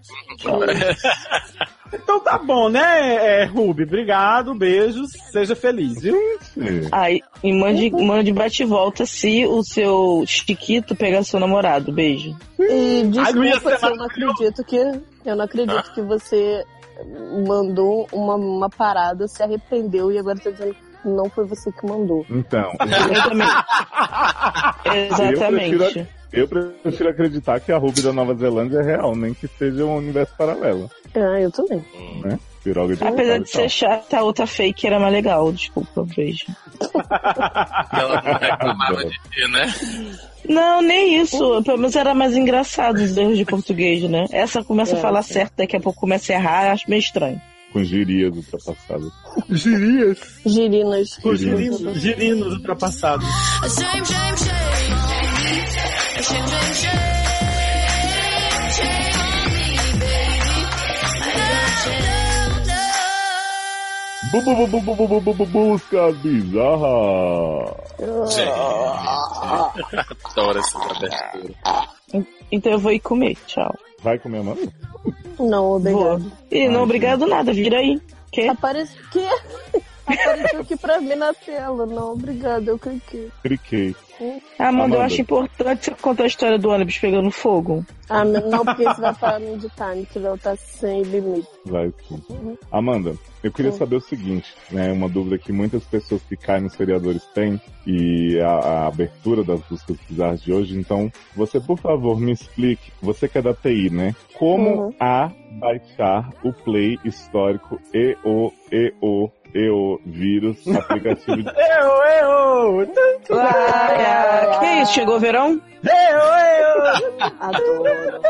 C: Então tá bom, né, é, Ruby? Obrigado, beijos, seja feliz, viu?
D: Sim.
G: Aí, e mande, mande bate-volta se o seu Chiquito pegar seu namorado. Beijo.
F: E
C: Ai, não ia
F: desculpa
C: ser Ah.
F: se eu não
C: maravilhoso.
F: acredito que. Eu não acredito que você mandou uma, uma parada, se arrependeu e agora tá dizendo que não foi você que mandou.
D: Então,
G: Eu também. Exatamente.
D: eu prefiro acreditar que a Ruby da Nova Zelândia é real, nem que seja um universo paralelo.
F: Ah, eu também.
I: Hum,
D: Piroga de
G: Apesar
D: metal e
G: de ser chata, a outra fake era mais legal. Desculpa, beijo.
I: Ela não reclamava de ti, né?
G: Não, nem isso. Pelo menos era mais engraçado os erros de português, né? Essa começa a falar certo, daqui a pouco começa a errar, eu acho meio estranho.
D: tal. Com girias ultrapassadas.
F: Girinas.
C: Os girinos, girinos ultrapassados.
H: Shame, shame, shame on me. Shame, shame, shame. Shame on me, baby. No, no, no.
D: Bu- bu- bu- bu- bu- bu- bu- bu- bu- Busca bizarra!
I: Gente, adoro essas aberturas.
G: Então eu vou ir comer. Tchau.
D: Vai comer a manga?
F: Não, obrigado.
G: E não, obrigado nada. Vira aí. Que?
F: Aparece. Que? Apareceu aqui pra mim na tela. Não, obrigado, eu cliquei.
D: Cliquei.
G: Amanda, eu
D: Amanda.
G: acho importante você contar a história do ônibus pegando fogo.
F: Ah, mas não, porque isso vai parar no de time, que vai estar sem limite.
D: Vai sim. Amanda, eu queria
F: Uhum. Sim.
D: saber o seguinte, né? Uma dúvida que muitas pessoas que caem nos feriadores têm, e a, a abertura das buscas bizarras de hoje, então, você, por favor, me explique, você que é da TI, né? Como
F: Uhum.
D: a baixar o play histórico EO, EO, EO vírus, aplicativo de...
C: Eu, eu,
G: Ai, ai, que isso? Chegou o verão?
C: eu,
F: Adoro.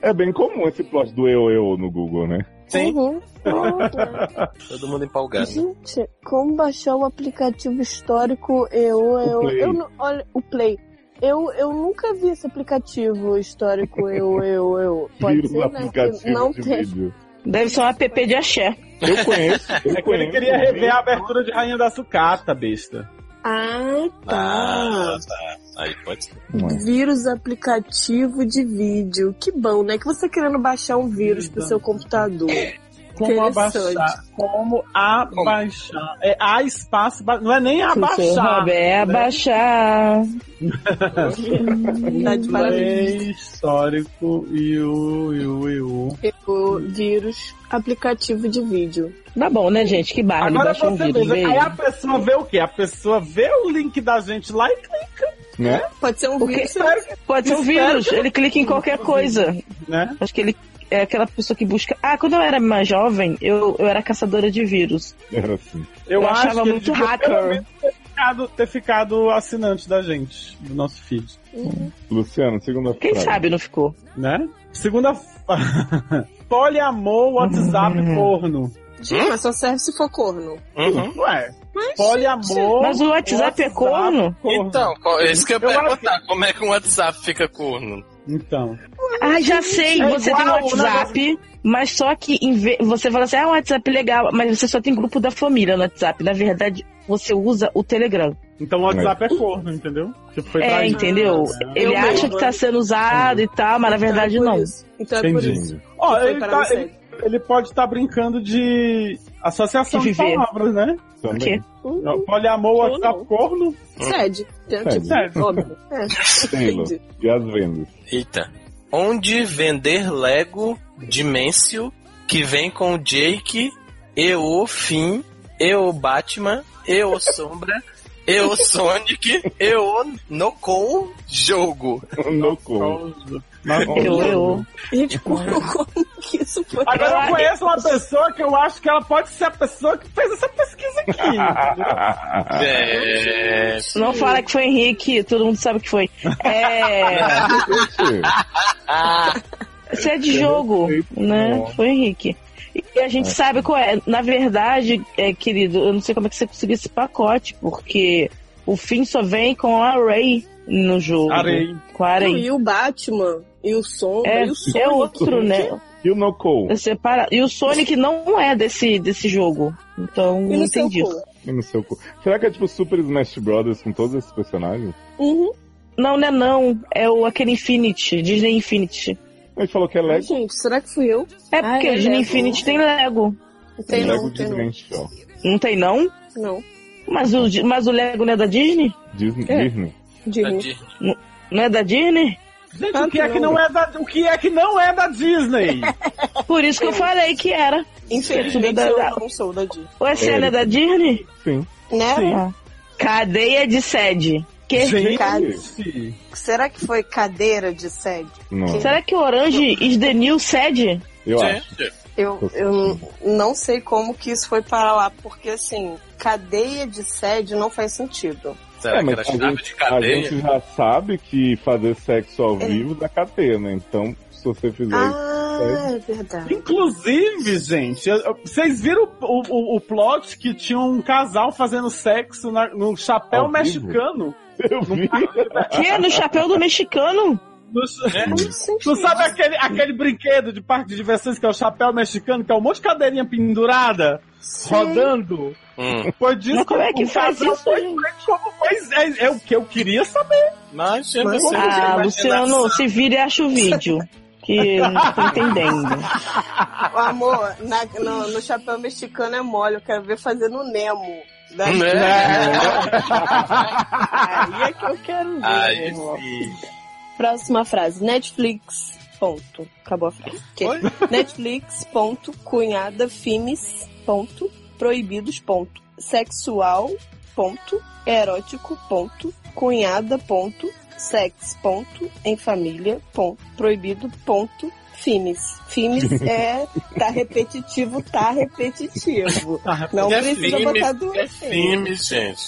D: É bem comum esse plot do EO, EO no Google, né?
I: Sim.
F: Uhum. Olha,
I: Todo mundo empolgado.
F: Gente, como baixar o aplicativo histórico? Eu, eu,
D: Play.
F: eu, não- olha, o Play. Eu, eu nunca vi esse aplicativo histórico. Eu, eu, eu. Pode
D: Vírus,
F: ser, né? Que
D: um aplicativo
F: não
D: de
F: tem.
D: vídeo.
G: Deve ser um app de axé.
D: Eu conheço, eu
C: eu. É que
D: conheço.
C: ele queria rever a abertura de Rainha da Sucata, besta.
F: Ah, tá.
I: Ah, tá. Aí pode ser.
F: Vírus aplicativo de vídeo. Que bom, né? Que você querendo baixar um vírus pro seu computador.
C: Como
F: Interessante.
C: abaixar? Como abaixar? É a espaço, ba- não é nem
G: Seu
C: abaixar.
G: Robert, é abaixar.
F: Tá de parabéns.
C: Play histórico e o e o e o.
F: O vírus aplicativo de vídeo.
G: Tá bom, né, gente? Que barra, ele
C: Agora
G: baixou um
C: você
G: vírus.
C: veja, aí a
G: beijo.
C: pessoa vê o quê? A pessoa vê o link da gente lá e clica,
D: Né?
F: Pode
C: é
F: ser um
G: Porque-
F: vírus.
G: Pode ser um
C: Espero
G: vírus, ele clica em qualquer coisa.
C: né?
G: Acho que ele é aquela pessoa que busca. Ah, quando eu era mais jovem, eu, eu era caçadora de vírus.
D: Era assim.
C: Eu,
G: Eu
C: acho
G: achava
C: que ele
G: muito
C: devia,
G: hacker.
C: pelo menos, ter ficado, ter ficado assinante da gente, do nosso feed,
D: Luciano, segunda
G: Quem
D: frase.
G: sabe não ficou?
C: né? Segunda. Poliamor, WhatsApp, porno.
F: Gente, mas só serve se for corno.
I: Uhum.
C: Ué, poliamor.
G: Mas o WhatsApp é corno?
I: Então, qual- isso que eu ia
C: Eu acho
I: perguntar. Como é que um WhatsApp fica corno?
C: Então.
G: Ah, já sei.
C: É
G: você tem um
C: igual,
G: WhatsApp, mas só que em ve- você fala assim, ah, um WhatsApp legal, mas você só tem grupo da família no WhatsApp. Na verdade, você usa o Telegram.
C: Então o WhatsApp é corno, entendeu? Tipo, foi
G: É,
C: traído.
G: entendeu? Ele
F: Eu
G: acha
F: mesmo.
G: que tá sendo usado e tal, mas na verdade
F: Então é por
G: não.
F: isso. Então é por
C: Entendi.
F: isso.
C: Ó,
F: Foi
C: ele,
F: parar
C: tá-
F: no
C: ele, ele pode estar brincando de associação
G: De
C: de,
G: viver.
C: palavras, né?
G: Por
D: Também.
G: quê?
F: Hum,
C: Poliamor,
F: Ou
C: WhatsApp,
F: não.
C: corno.
F: Sede. Tem,
D: Sede.
F: tipo,
C: Sede.
F: Óbvio. É,
D: Taylor,
F: entendi.
D: e as vendas?
I: Eita. Onde vender Lego Dimensio que vem com o Jake, e o Finn, e o Batman, e o Sombra, e o Sonic, e o Nokou Jogo.
D: No cu.
G: Eu, eu.
F: Gente, como, como que isso foi?
C: Agora eu conheço uma pessoa que eu acho que ela pode ser a pessoa que fez essa pesquisa aqui.
I: É,
G: Não fala que foi Henrique, todo mundo sabe que foi. É. Isso é de jogo, né? Foi Henrique. E a gente sabe qual é. Na verdade, é, querido, eu não sei como é que você conseguiu esse pacote, porque o fim só vem com a Ray no jogo.
C: Arei.
G: Com a
F: Não,
G: Ray.
F: e o Batman, e o Sombra,
G: É,
F: e o Sonic.
G: é outro, né?
D: E o Nokou?
G: É separado. E o Sonic não é desse, desse jogo. Então,
F: E
G: não
F: no seu
G: entendi.
F: cu.
D: E no seu cu. Será que é tipo Super Smash Brothers com todos esses personagens?
F: Uhum.
G: Não, não é não. É o, aquele Infinity, Disney Infinity.
D: A gente falou que é
F: Ai,
D: Lego.
F: gente, será que fui eu?
G: É
F: Ah,
G: porque
F: é
G: o Disney
F: Lego.
G: Infinity tem Lego.
F: Não tem
D: Lego
F: não, tem um. não.
D: Dimension.
G: Não tem não?
F: Não.
G: Mas o, Di- mas o Lego não é da Disney?
D: Disney.
F: É.
D: Disney.
F: De
I: Tá
F: mim.
G: Não é da Disney?
C: Gente,
G: Tá
C: o que é que não é da, o que é que não é da Disney?
G: Por isso que eu falei que era.
F: Infelizmente
G: É.
F: eu não sou da Disney.
G: O SN é
D: É.
G: da Disney? Ah.
D: Sim.
J: Né?
G: Cadeia de sede. Que?
C: Gente,
J: Será que foi cadeira de sede?
D: Não.
G: Será que o Orange is the new sede?
D: Eu acho.
I: gente,
J: Eu, eu não sei como que isso foi para lá, porque assim, cadeia de sede não faz sentido.
I: será
D: É,
I: que
D: mas
I: era
D: a
I: chave
D: gente-
I: de
D: A
I: cadeia?
D: gente já sabe que fazer sexo ao vivo dá catena, então se você fizer.
J: Ah, é verdade.
C: inclusive, gente, eu- eu- vocês viram o, o, o plot que tinha um casal fazendo sexo na- no chapéu
D: Ao vivo?
C: mexicano?
D: Eu vi.
G: Que? No chapéu do mexicano?
C: No-
G: É.
C: Tu sabe aquele, aquele brinquedo de parque de diversões que é o chapéu mexicano, que é um monte de cadeirinha pendurada, rodando?
I: Hum.
C: Foi disso
G: Mas como é que
C: o
G: faz
C: casal
G: isso,
C: foi
G: gente?
C: feito como fez. É, é o que eu queria saber.
I: Mas, é gente,
F: Mas-
I: você não tem
G: Ah,
I: imaginação.
G: Luciano, se vira e acha o vídeo. Que eu não tô entendendo.
J: Ô, amor, na- no, no chapéu mexicano é mole, eu quero ver fazendo o Nemo. Da
I: Né?
F: Aí é que eu quero ver.
I: Aí
F: meu irmão.
I: sim.
F: Próxima frase. Netflix. Ponto. Acabou a frase. Ok.
I: Oi?
F: Netflix. Ponto. Cunhada. Filmes. Ponto. Proibidos. Ponto. Sexual. Ponto. Erótico. Ponto. Cunhada. Ponto. Sex. Ponto. Em família. Ponto. Proibido. Ponto. Filmes. Filmes é. Tá repetitivo, tá repetitivo. Não
I: É
F: precisa
I: filme,
F: botar duas
I: É filme, gente.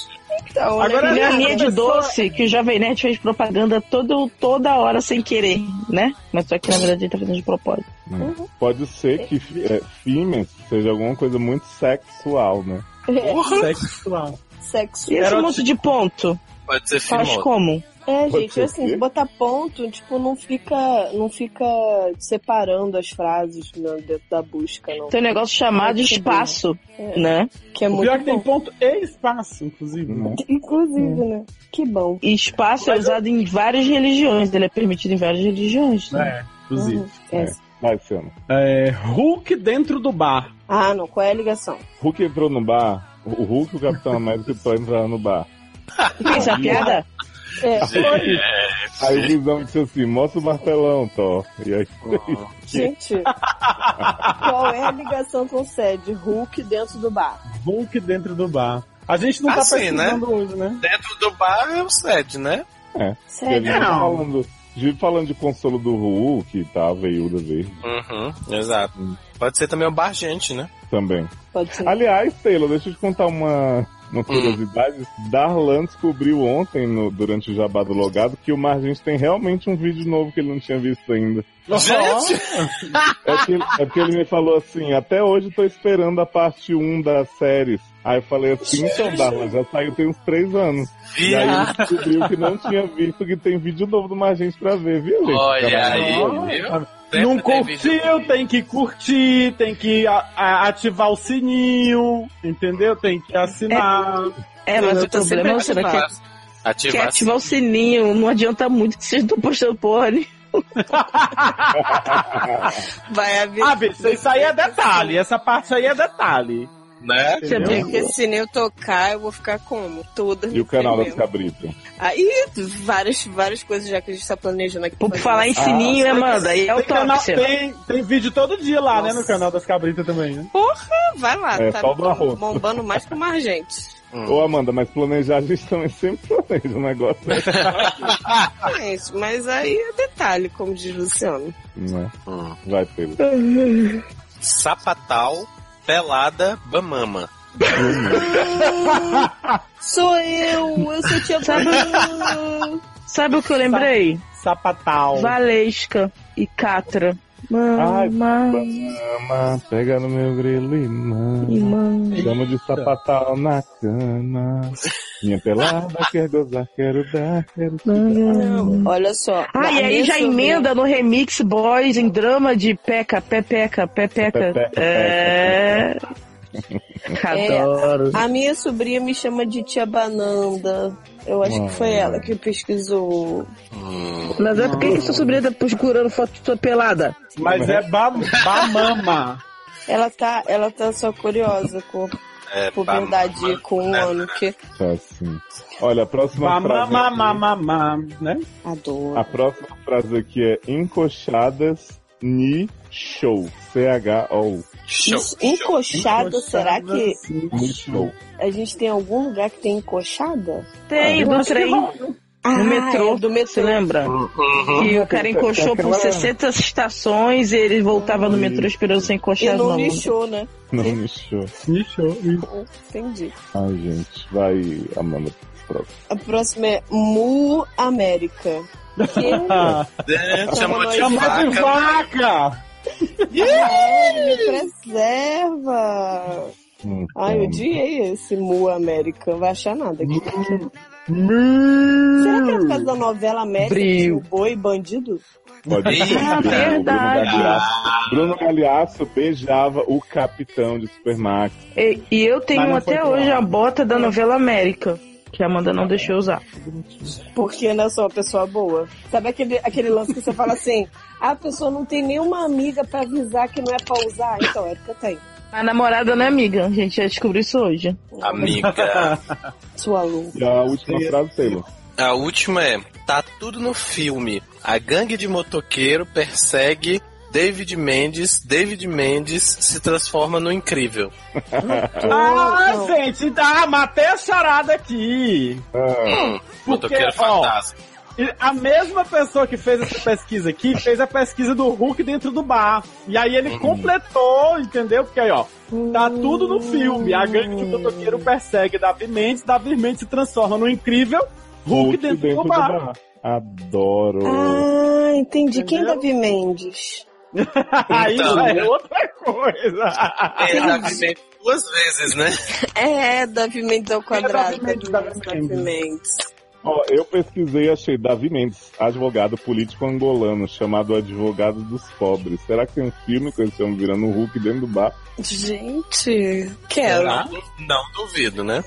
F: Então, né?
C: Agora-
G: Minha linha de
C: pessoa-
G: doce, que o Jovem Nerd fez propaganda todo, toda hora sem querer, né? Mas só que na verdade ele tá fazendo de propósito.
D: Pode ser que é, fêmeas seja alguma coisa muito sexual, né?
G: É
C: Sexual.
F: é, Sexo.
G: E esse
C: Era
G: monte de ponto?
I: Pode ser
G: Faz
I: filme.
G: como?
F: É,
D: Pode
F: gente,
D: ser
F: assim,
D: o quê?
F: se botar ponto, tipo, não fica, não fica separando as frases né, dentro da busca, não.
G: Tem um negócio chamado
F: Muito bom.
G: espaço,
F: É.
G: né?
F: Que é
C: O
F: muito
C: pior é que tem
F: bom.
C: ponto e espaço, inclusive. né?
G: Uhum.
D: Não.
F: Inclusive, né? Que bom.
G: E espaço é usado em várias religiões, ele é permitido em várias religiões. Né?
C: É, inclusive.
F: É.
D: Vai, Luciano.
C: É, Hulk dentro do bar.
F: Ah, não. Qual é a ligação?
D: Hulk entrou no bar, o Hulk e o Capitão América estão entrando no bar.
G: Tem essa
F: Ah,
G: piada?
F: É,
D: Aí o Visão disse assim, mostra o martelão, Thor. E aí,
F: gente. qual é a ligação com o Sede? Hulk dentro do bar.
C: Hulk dentro do bar. A gente não tá
I: Assim, né?
C: pesquisando hoje, né?
I: Dentro do bar é o Sed, né?
D: teve
F: Sede.
D: gente falando, gente falando de consolo do Hulk, tá? A veiuda verde
I: Uhum, exato. Pode ser também o bar gente, né?
D: também.
F: Pode ser.
D: Aliás, Taylor, deixa eu te contar uma, uma curiosidade. Darlan descobriu ontem, no- durante o Jabá do Logado, que o Margins tem realmente um vídeo novo que ele não tinha visto ainda.
I: Gente!
D: É porque, é porque ele me falou assim, até hoje eu tô esperando a parte 1 das séries. Aí eu falei assim, então Darlan, já saiu tem uns 3 anos. E aí
G: Ah,
D: ele descobriu que não tinha visto que tem vídeo novo do Margins pra ver, viu? gente?
I: Olha
D: Fica
I: aí,
D: maravilhoso.
I: viu?
C: não
I: Sempre tem vídeo
C: curtiu, tem que curtir, tem que a- a- ativar o sininho, entendeu? Tem que assinar.
G: É, mas o
J: tô sempre
G: problema é você
I: Ativar,
G: quer, quer
I: ativar
G: ativar o sininho, não adianta muito que vocês estão postando porra. né?
J: Vai haver.
C: Ah, bicho, isso aí é detalhe. Essa parte aí é detalhe.
I: né?
C: Entendeu?
F: Porque se nem eu tocar, eu vou ficar como? Toda.
D: E o canal das
F: tremendo.
D: cabritas.
F: Aí, várias, várias coisas já que a gente tá planejando aqui.
G: Por
F: fazer.
G: falar em sininho, né, Amanda, é e
C: Tem, canal,
G: autópsia? né?
C: tem, tem vídeo todo dia lá, né? No canal das cabritas também, né?
F: Porra, vai lá,
D: É,
F: tá
D: só do arroz.
F: bombando mais que uma gente.
D: Ô, Amanda, mas planejar a gente também sempre planeja um negócio. né?
F: Gente, mas aí é detalhe, como diz Luciano.
D: Não é?
K: Hum.
D: Vai, Pedro.
I: Uhum. Sapatal, pelada, bamama.
L: Sou eu, eu sou tia
G: Sabe-
L: Bruna.
G: Sabe o que eu lembrei?
C: Sapatal.
G: Valesca e Catra.
D: Ai,
G: Mama,
D: Mama, pega no meu grilo e mama.
G: mama.
D: Chama de sapatal na cana. Minha pelada quer gozar, quero dar, quero te dar.
F: Olha só.
G: Ah, e aí já emenda no remix Boys em drama de Peca, Pepeca, Pepeca.
D: Pepeca,
G: É. Ah, Adoro.
F: A minha sobrinha me chama de tia Bananda. Eu acho que
D: Hum.
F: foi ela que pesquisou.
G: Mas é por que que sua sobrinha tá procurando foto sua pelada?
C: Mas é ba- Bamama.
F: Ela tá, ela tá só curiosa com
I: É,
F: puberdade
I: bamama.
F: com um ano
I: né?
F: que
D: Tá assim. Olha, a próxima frase. aqui-
C: Bamamamamamá, né?
F: adoro.
D: A próxima frase aqui é encoxadas ni show. C-H-O.
I: Show.
F: Isso, encoxada, será que
D: Ni show.
F: a gente tem algum lugar que tem encoxada?
G: Tem, do trem,
C: assim.
F: Ah,
G: no metrô.
F: é do
G: Você
F: metrô. Uhum.
G: lembra? Que o cara encoxou por
D: Aquela-
G: 60 estações e ele voltava no metrô esperando ser
F: E
G: encoxado.
F: não
G: Não,
F: lixou, né?
D: Não, ni show.
F: Entendi.
D: Ai, gente. Vai, Amanda. Próximo.
F: A próxima é Mu América. tá Que
C: Ah,
I: É, chamou de
F: Chamou
C: Chama de
I: vaca.
C: vaca!
F: me preserva!
D: Hum,
F: Ai, eu
D: calma.
F: odiei esse Mu América. Não vai achar nada aqui. Será que é por causa da novela América que tinha o boi bandido?
D: Pode ser.
I: Ah,
D: Bruno
G: verdade.
D: Galhaço- Bruno Galeasso beijava o capitão de Supermax.
G: E, e eu tenho
C: Mas não foi
G: até
C: pro
G: hoje
C: ar.
G: a bota da novela América, que a Amanda não deixou eu usar.
F: Porque não é só uma pessoa boa. Sabe aquele, aquele lance que você fala assim, a pessoa não tem nenhuma amiga pra avisar que não é pra usar? Então, é porque tem.
G: A namorada não é amiga, a gente já descobriu isso hoje.
C: tá
I: Amiga.
F: Sua louca.
D: E a última frase, Taylor.
I: A última é: tá tudo no filme. A gangue de motoqueiro persegue David Mendes. David Mendes se transforma no incrível.
C: Ah, gente, ah, matei a charada aqui! Ah.
I: motoqueiro
C: ó,
I: fantasma.
C: E a mesma pessoa que fez essa pesquisa aqui fez a pesquisa do Hulk dentro do bar. E aí
I: Hum.
C: ele completou, entendeu? Porque aí, ó, tá tudo no filme. A gangue de motoqueiro persegue Davi Mendes, Davi Mendes se transforma no incrível Hulk, dentro, do bar.
D: Adoro.
F: Ah, entendi. Quem é
C: Entendeu?
F: Davi Mendes?
C: aí
I: Então.
C: já é outra coisa.
I: Ele tá vivendo duas vezes, né?
F: É, Davi Mendes ao quadrado.
C: Davi Mendes, Davi Mendes.
F: Mendes.
D: Ó, eu pesquisei e achei Davi Mendes, advogado político angolano, chamado Advogado dos Pobres. Será que tem um filme com esse homem virando um Hulk dentro do bar?
F: Gente, quero.
I: Tá. Não duvido, né?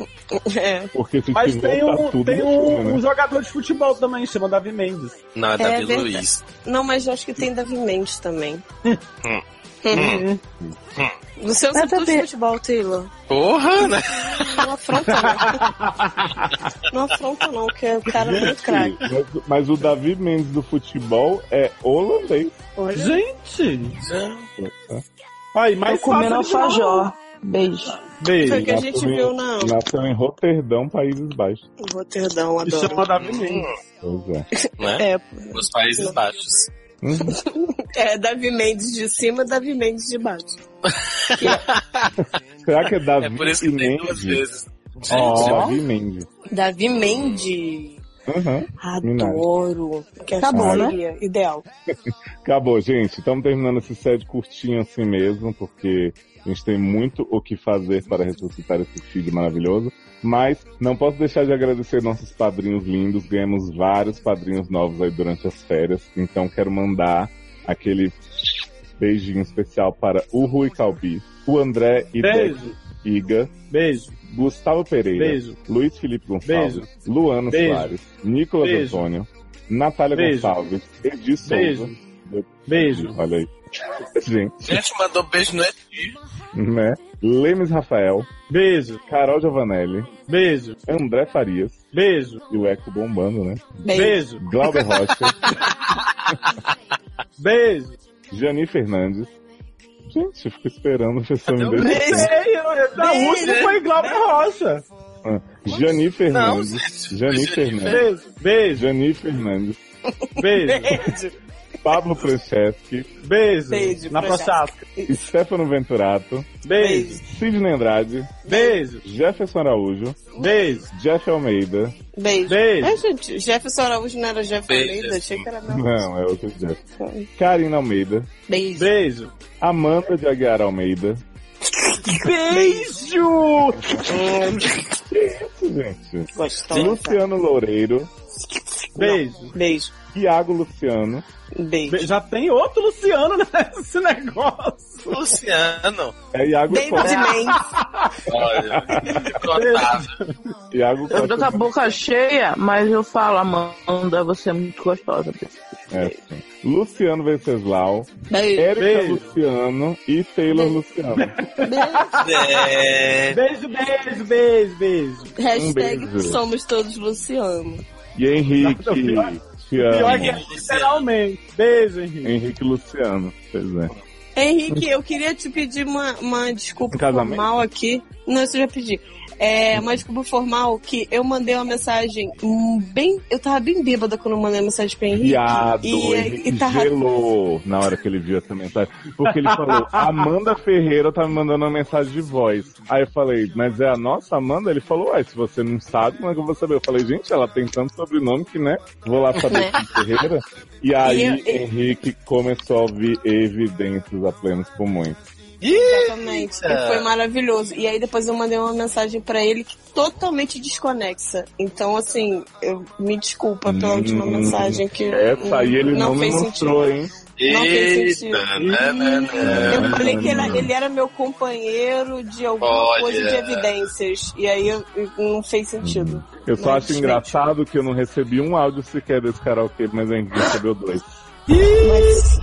F: É,
D: Porque se
C: Mas
D: tiver,
C: tem,
D: tá
C: um,
D: tudo
C: tem
D: no
C: um,
D: filme,
C: um
D: né?
C: jogador de futebol também, chama Davi Mendes.
I: Não, é,
F: É
I: Davi
F: verdade.
I: Luiz.
F: Não, mas eu acho que tem Davi Mendes também.
I: Hum.
F: Você não sabe
G: Mas
F: tudo
G: Davi-
F: de futebol, Taylor.
I: Porra, né?
F: Não afronta, não. não afronta, não, que o cara é muito craque.
D: Mas, mas o Davi Mendes do futebol é holandês.
F: Olha.
C: Gente! Tá Aí,
G: Mas
C: mais
G: comendo
C: fácil de novo.
G: alfajor. Beijo.
F: Foi É o
C: Beijo.
F: que a gente
D: Nasceu em-
F: viu na
D: Nasceu em Roterdão, Países Baixos.
F: Roterdão,
C: E
F: adoro.
C: chama Davi Mendes.
D: Pois é.
I: né?
F: É,
I: Nos Países Baixos.
D: Uhum.
F: é Davi Mendes de cima, Davi Mendes de baixo.
D: Será que é Davi
I: É por isso
D: e
I: que tem
D: Mendes?
I: duas vezes.
D: Ó,
I: Gente,
D: Davi Mendes.
F: Davi Mendes.
D: Uhum.
F: Adoro. Que é
G: Tá bom, né?
F: seria Ideal.
D: Acabou, gente. Estamos terminando esse set curtinho assim mesmo, porque a gente tem muito o que fazer para ressuscitar esse feed maravilhoso. Mas não posso deixar de agradecer nossos padrinhos lindos. Ganhamos vários padrinhos novos aí durante as férias. Então quero mandar aquele beijinho especial para o Rui Calbi, o André Ide-
C: Beijo,
D: Iga,
C: beijo,
D: Gustavo Pereira,
C: beijo.
D: Luiz Felipe Gonçalves,
C: Beijo.
D: Luano
C: Beijo.
D: Soares, Nicolas
C: Beijo.
D: Antônio, Natália
C: Beijo.
D: Gonçalves, Edi Souza.
C: Beijo. Beijo.
D: Olha aí. Gente,
I: Gente, mandou beijo no Eti.
D: né? Lemes Rafael,
C: Beijo,
D: Carol Giovanelli,
C: beijo,
D: André Farias
C: beijo,
D: e o Eco bombando, né?
C: beijo,
D: Glauber Rocha,
C: beijo.
D: Jani Fernandes. Gente, eu fico esperando a pessoa me
C: Não
D: deixar.
C: sei, eu- da última foi Glauber Rocha.
D: Jani Fernandes. Jani Fernandes.
C: Beijo, beijo,
D: Jani Fernandes.
C: beijo,
D: Pablo Franceschi.
C: beijo.
J: Beijo,
C: Na Prochasca.
D: Stefano Venturato.
C: Beijo,
D: Sidney Andrade.
C: beijo,
D: Jefferson Araújo.
C: beijo,
D: Jeff Almeida.
J: Beijo.
C: beijo.
J: É, gente, Jefferson Araújo não era Jeff
I: Beijo.
J: Almeida? Achei que era não.
D: Não, é outro Jeff. Karina Almeida.
G: Beijo.
C: Beijo.
D: Amanda de Aguiar Almeida.
C: Beijo!
D: Gente.
F: Tá
J: Gostosa.
D: Luciano Loureiro.
C: Beijo.
J: Beijo.
D: Tiago Luciano.
J: Beijo.
C: Be- Já tem outro Luciano né, nesse negócio.
I: Luciano.
D: É Iago
J: David
D: Costa.
J: Mendes.
I: Olha, incotável.
D: Iago
G: Eu tô com a
D: Costa.
G: boca cheia, mas eu falo, Amanda, você é muito gostosa.
D: É, sim. Luciano Venceslau. Érica
C: Beijo.
D: Luciano e Taylor Luciano.
I: É,
C: Beijo, beijo, beijo, beijo.
F: Hashtag
D: Um beijo.
F: somos todos Luciano.
D: E Henrique.
C: Não, pior-
D: Te
C: Pior
D: amo.
C: que é literalmente. Beijo, Henrique.
D: Henrique Luciano. Pois é.
F: Henrique, eu queria te pedir uma, uma desculpa
D: Um casamento? Uhum.
F: formal aqui. Não, isso eu já pedi. É, uma desculpa formal que eu mandei uma mensagem hum, bem. Eu tava bem bêbada quando eu mandei a mensagem pra Henrique.
D: Viado,
F: E-
D: Henrique
F: e tá-
D: gelou na hora que ele viu essa mensagem. Porque ele falou, Amanda Ferreira tá me mandando uma mensagem de voz. Aí eu falei, mas é a nossa Amanda? Ele falou, ué, se você não sabe, como é que eu vou saber? Eu falei, gente, ela tem tanto sobrenome que, né, vou lá saber que é Ferreira. E aí,
F: E eu-
D: Henrique começou a ouvir evidências a plenos pulmões.
F: Exatamente. E foi maravilhoso. E aí depois eu mandei uma mensagem pra ele que totalmente desconexa. Então, assim, eu me desculpa pela
D: Hum,
F: última mensagem que
D: Essa aí ele não, me
F: fez
D: mostrou, hein?
F: fez
I: Eita,
F: sentido.
I: né, né, né.
F: Eu falei que
D: não,
F: era-
D: não.
F: ele era meu companheiro de alguma
I: Olha.
F: coisa de evidências. E aí eu- eu- não fez sentido.
D: Eu só
F: Mas,
D: acho engraçado que eu não recebi um áudio sequer desse karaokê, mas a gente recebeu dois.
F: Mas.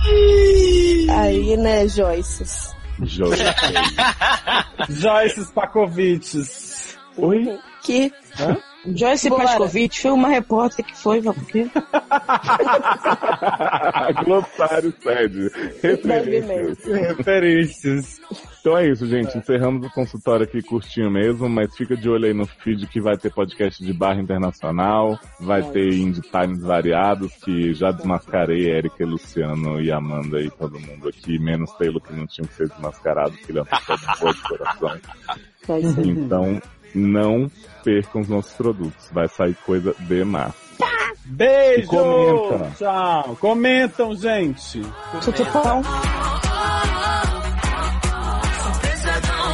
F: Aí, né, Joyce?
D: Jogo.
C: Joyce Spakovites.
D: Oi?
F: Que.
G: Joyce
F: Bora.
G: Pascovitch foi uma repórter que foi, vai por quê?
D: Glossário sede. Referências.
C: Referências.
D: Então é isso, gente. Encerramos o consultório aqui curtinho mesmo, mas fica de olho aí no feed que vai ter podcast de barra internacional, vai ter indie times variados, que já desmascarei Érica, Luciano e Amanda e todo mundo aqui, menos Taylor que não tinha que ser desmascarado, que ele é uma pessoa de boa de coração. Então, não percam os nossos produtos. Vai sair coisa demais.
C: Beijo!
D: E comenta.
C: Tchau. Comentam, gente.
G: Tutupão.
B: Pesadão,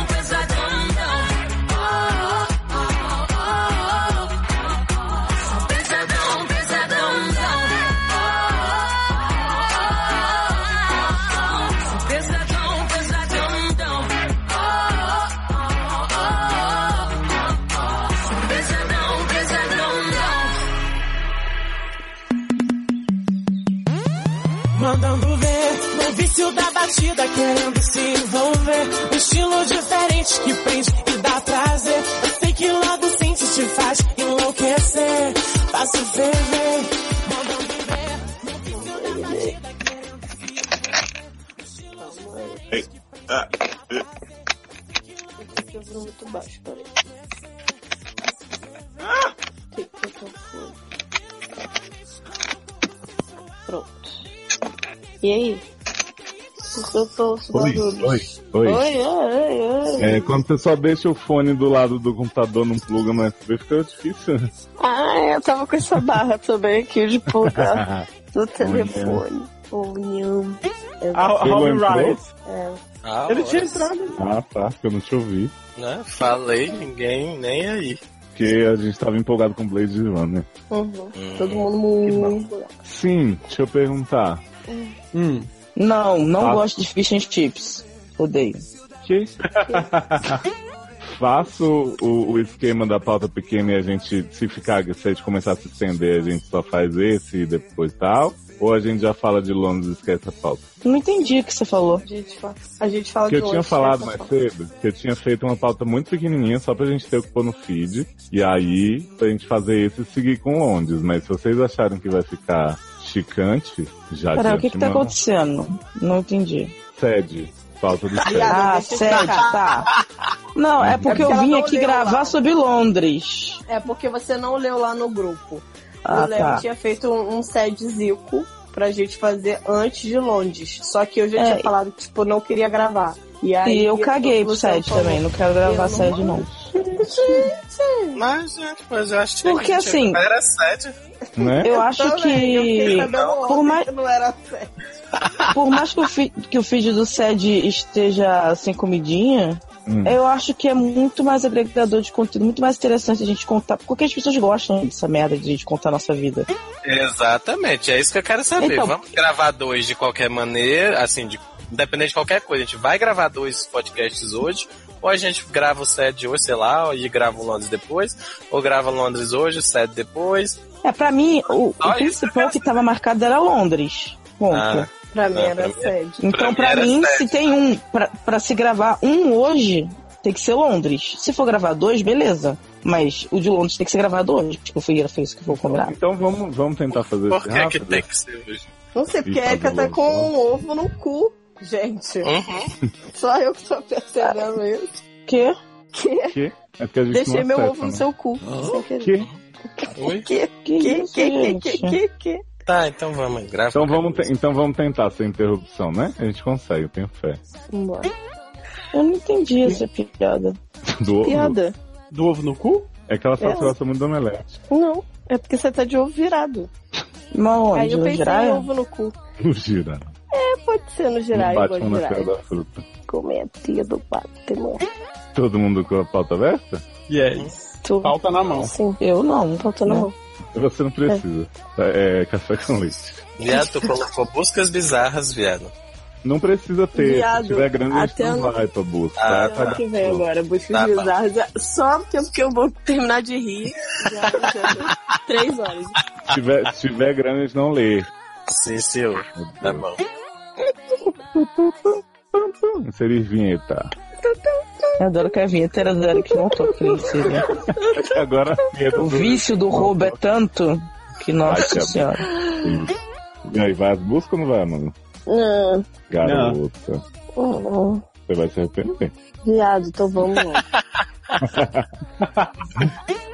B: pesadão, não. Pesadão, pesadão, não. Pesadão, pesadão, não. Pesadão, pesadão, não. Mandando ver, no vício da batida, querendo se envolver. Um estilo diferente que prende e dá prazer. Eu sei que logo sente te faz enlouquecer. Faço ferver.
F: Muito baixo, peraí. Que que eu tô com? Pronto. E aí? Por que eu tô ouço barulho?
D: oi,
F: Oi,
D: oi.
F: oi, oi.
D: É, quando você só deixa o fone do lado do computador, não pluga no USB, fica difícil. né?
F: Ah, eu tava com essa barra também aqui de plugar no telefone. Oh, não.
C: A- a
D: Ele
C: Robin
D: entrou?
C: Wright.
G: Tá
I: Ah,
C: Ele
I: olha,
C: tinha entrado.
D: ah, tá, porque eu não te ouvi.
I: né? Falei, ninguém nem aí.
D: Porque a gente tava empolgado com Blade Runner.
F: Uhum. Todo mundo muito.
D: Sim, deixa eu perguntar.
C: Hum.
G: Não, não
D: Ah.
G: gosto de fish and chips. Odeio.
D: Que? Faço o, o esquema da pauta pequena e a gente, se ficar, se a gente começar a se estender, a gente só faz esse e depois tal. Ou a gente já fala de Londres e esquece a pauta?
G: Não entendi o que você falou.
J: A gente fala, a gente fala
D: Que eu
J: de
D: tinha
J: outros,
D: falado
J: né,
D: mais
J: pessoal?
D: cedo, que eu tinha feito uma pauta muito pequenininha só pra gente ter o que pôr no feed. E aí, pra gente fazer isso e seguir com Londres. Mas se vocês acharam que vai ficar chicante, já
G: Pera, o
D: de
G: que que tá
D: antemão,
G: acontecendo? Não entendi.
D: Sede. Falta do sede.
J: Viado,
G: Ah,
J: deixa eu
G: sede,
J: explicar.
G: tá. Não, é porque eu
J: ela
G: vim
J: não
G: aqui
J: leu
G: gravar
J: lá.
G: sobre Londres.
J: É porque você não leu lá no grupo.
G: Ah,
J: o Léo
G: tá.
J: tinha feito um, um sede zico pra gente fazer antes de Londres. Só que eu já
G: É,
J: tinha
G: e-
J: falado que, tipo, não queria gravar. E, aí,
G: E eu caguei pro
J: Luciano
G: sede
J: falou,
G: também, não quero gravar
J: não
G: sede não.
I: Mas, gente, mas eu achei
G: Porque
I: que a
G: assim-
I: gente era sede.
D: Né?
G: Eu acho
J: também, eu fiquei
G: que,
J: sabendo ontem
G: mais-
J: que não era sede.
G: por mais que o, fi- que o feed do sede esteja sem comidinha,
D: Hum.
G: eu acho que é muito mais agregador de conteúdo, muito mais interessante a gente contar, porque as pessoas gostam dessa merda de a gente contar a nossa vida.
I: Exatamente, é isso que eu quero saber.
G: Então-
I: Vamos gravar dois de qualquer maneira, assim, de, independente de qualquer coisa. A gente vai gravar dois podcasts hoje, ou a gente grava o SED hoje, sei lá, e grava o Londres depois, ou grava Londres hoje, o SED depois.
G: É, pra mim, o, o
I: Ah, isso
G: principal que tava marcado era Londres. Ponto.
I: Ah,
J: Pra mim
I: Ah,
J: era
I: pra mim-
J: sede.
G: então, pra,
I: pra mim era
G: mim,
I: sete.
G: se tem um, pra, pra se gravar um hoje, tem que ser Londres. Se for gravar dois, beleza. Mas o de Londres tem que ser gravado hoje, porque foi, foi isso que foi combinado.
D: Então vamos, vamos tentar fazer
I: por
D: isso
I: que, que
D: rápido.
I: tem que ser hoje?
J: Não sei, porque
D: Ih,
J: a Erika tá
D: fazendo
J: com
D: loucura.
J: um ovo no cu, gente.
I: Uhum.
J: Só eu que tô percebendo
G: Ah,
J: isso.
G: Que?
D: É porque a gente
J: Deixei
D: não
J: meu
D: acessa,
J: ovo no
D: né?
J: seu cu.
I: Oh,
F: Ah,
J: Sem querer.
D: Que?
I: Oi?
J: Que,
G: Que,
J: que,
G: isso,
J: que, que,
G: gente?
J: que, que,
I: Tá, então vamos, grava.
D: Então vamos, te- então vamos tentar sem interrupção, né? A gente consegue, eu tenho fé.
J: Vambora.
G: Eu não entendi essa piada.
D: Do ovo,
J: Piada.
C: Do ovo no cu?
D: é que ela só
J: É.
D: gosta muito do omelete.
J: Não. É porque você tá de ovo virado.
G: Mas onde?
J: Aí eu
G: No
J: pensei
G: Jiraya?
J: em ovo no cu.
D: No gira.
J: É, pode ser no
D: No
J: girar, eu gosto
D: Batman
J: de
D: na feira
J: girar.
D: da fruta.
J: Como é a tia do Batman?
D: Todo mundo com a pauta aberta?
G: é,
C: Yes.
J: Tu.
C: Uhum. Falta na mão.
F: assim?
J: Sim.
G: Eu não.
J: Falta na
G: Não.
J: mão.
D: Você não precisa. É, é café com leite.
I: Viado, tu colocou buscas bizarras, viado.
D: Não precisa ter.
J: Viado,
D: Se tiver grande, a gente
J: até
D: não
J: ano-
D: vai pra busca.
I: Ah,
D: vai
I: tá.
D: pra-
J: Ano que vem agora, busca
I: Tá,
J: de
I: tá.
J: bizarros. Só porque, porque eu vou terminar de rir. Já, já, já. Três horas.
D: Se tiver, se tiver grana, a gente não lê.
I: Sim, senhor. Tá bom.
D: Inserir vinheta.
G: Eu adoro que a vinheta era do Eric Montou, que nem sei, né?
D: É Agora a vinheta
G: O
D: do-
G: vício do roubo é tanto que, nossa
D: Ai, que
G: senhora.
D: E aí, vai às buscas ou não vai, mano?
J: Não,
D: Garota.
J: não, não.
D: Você vai se arrepender.
J: Viado, então vamos lá.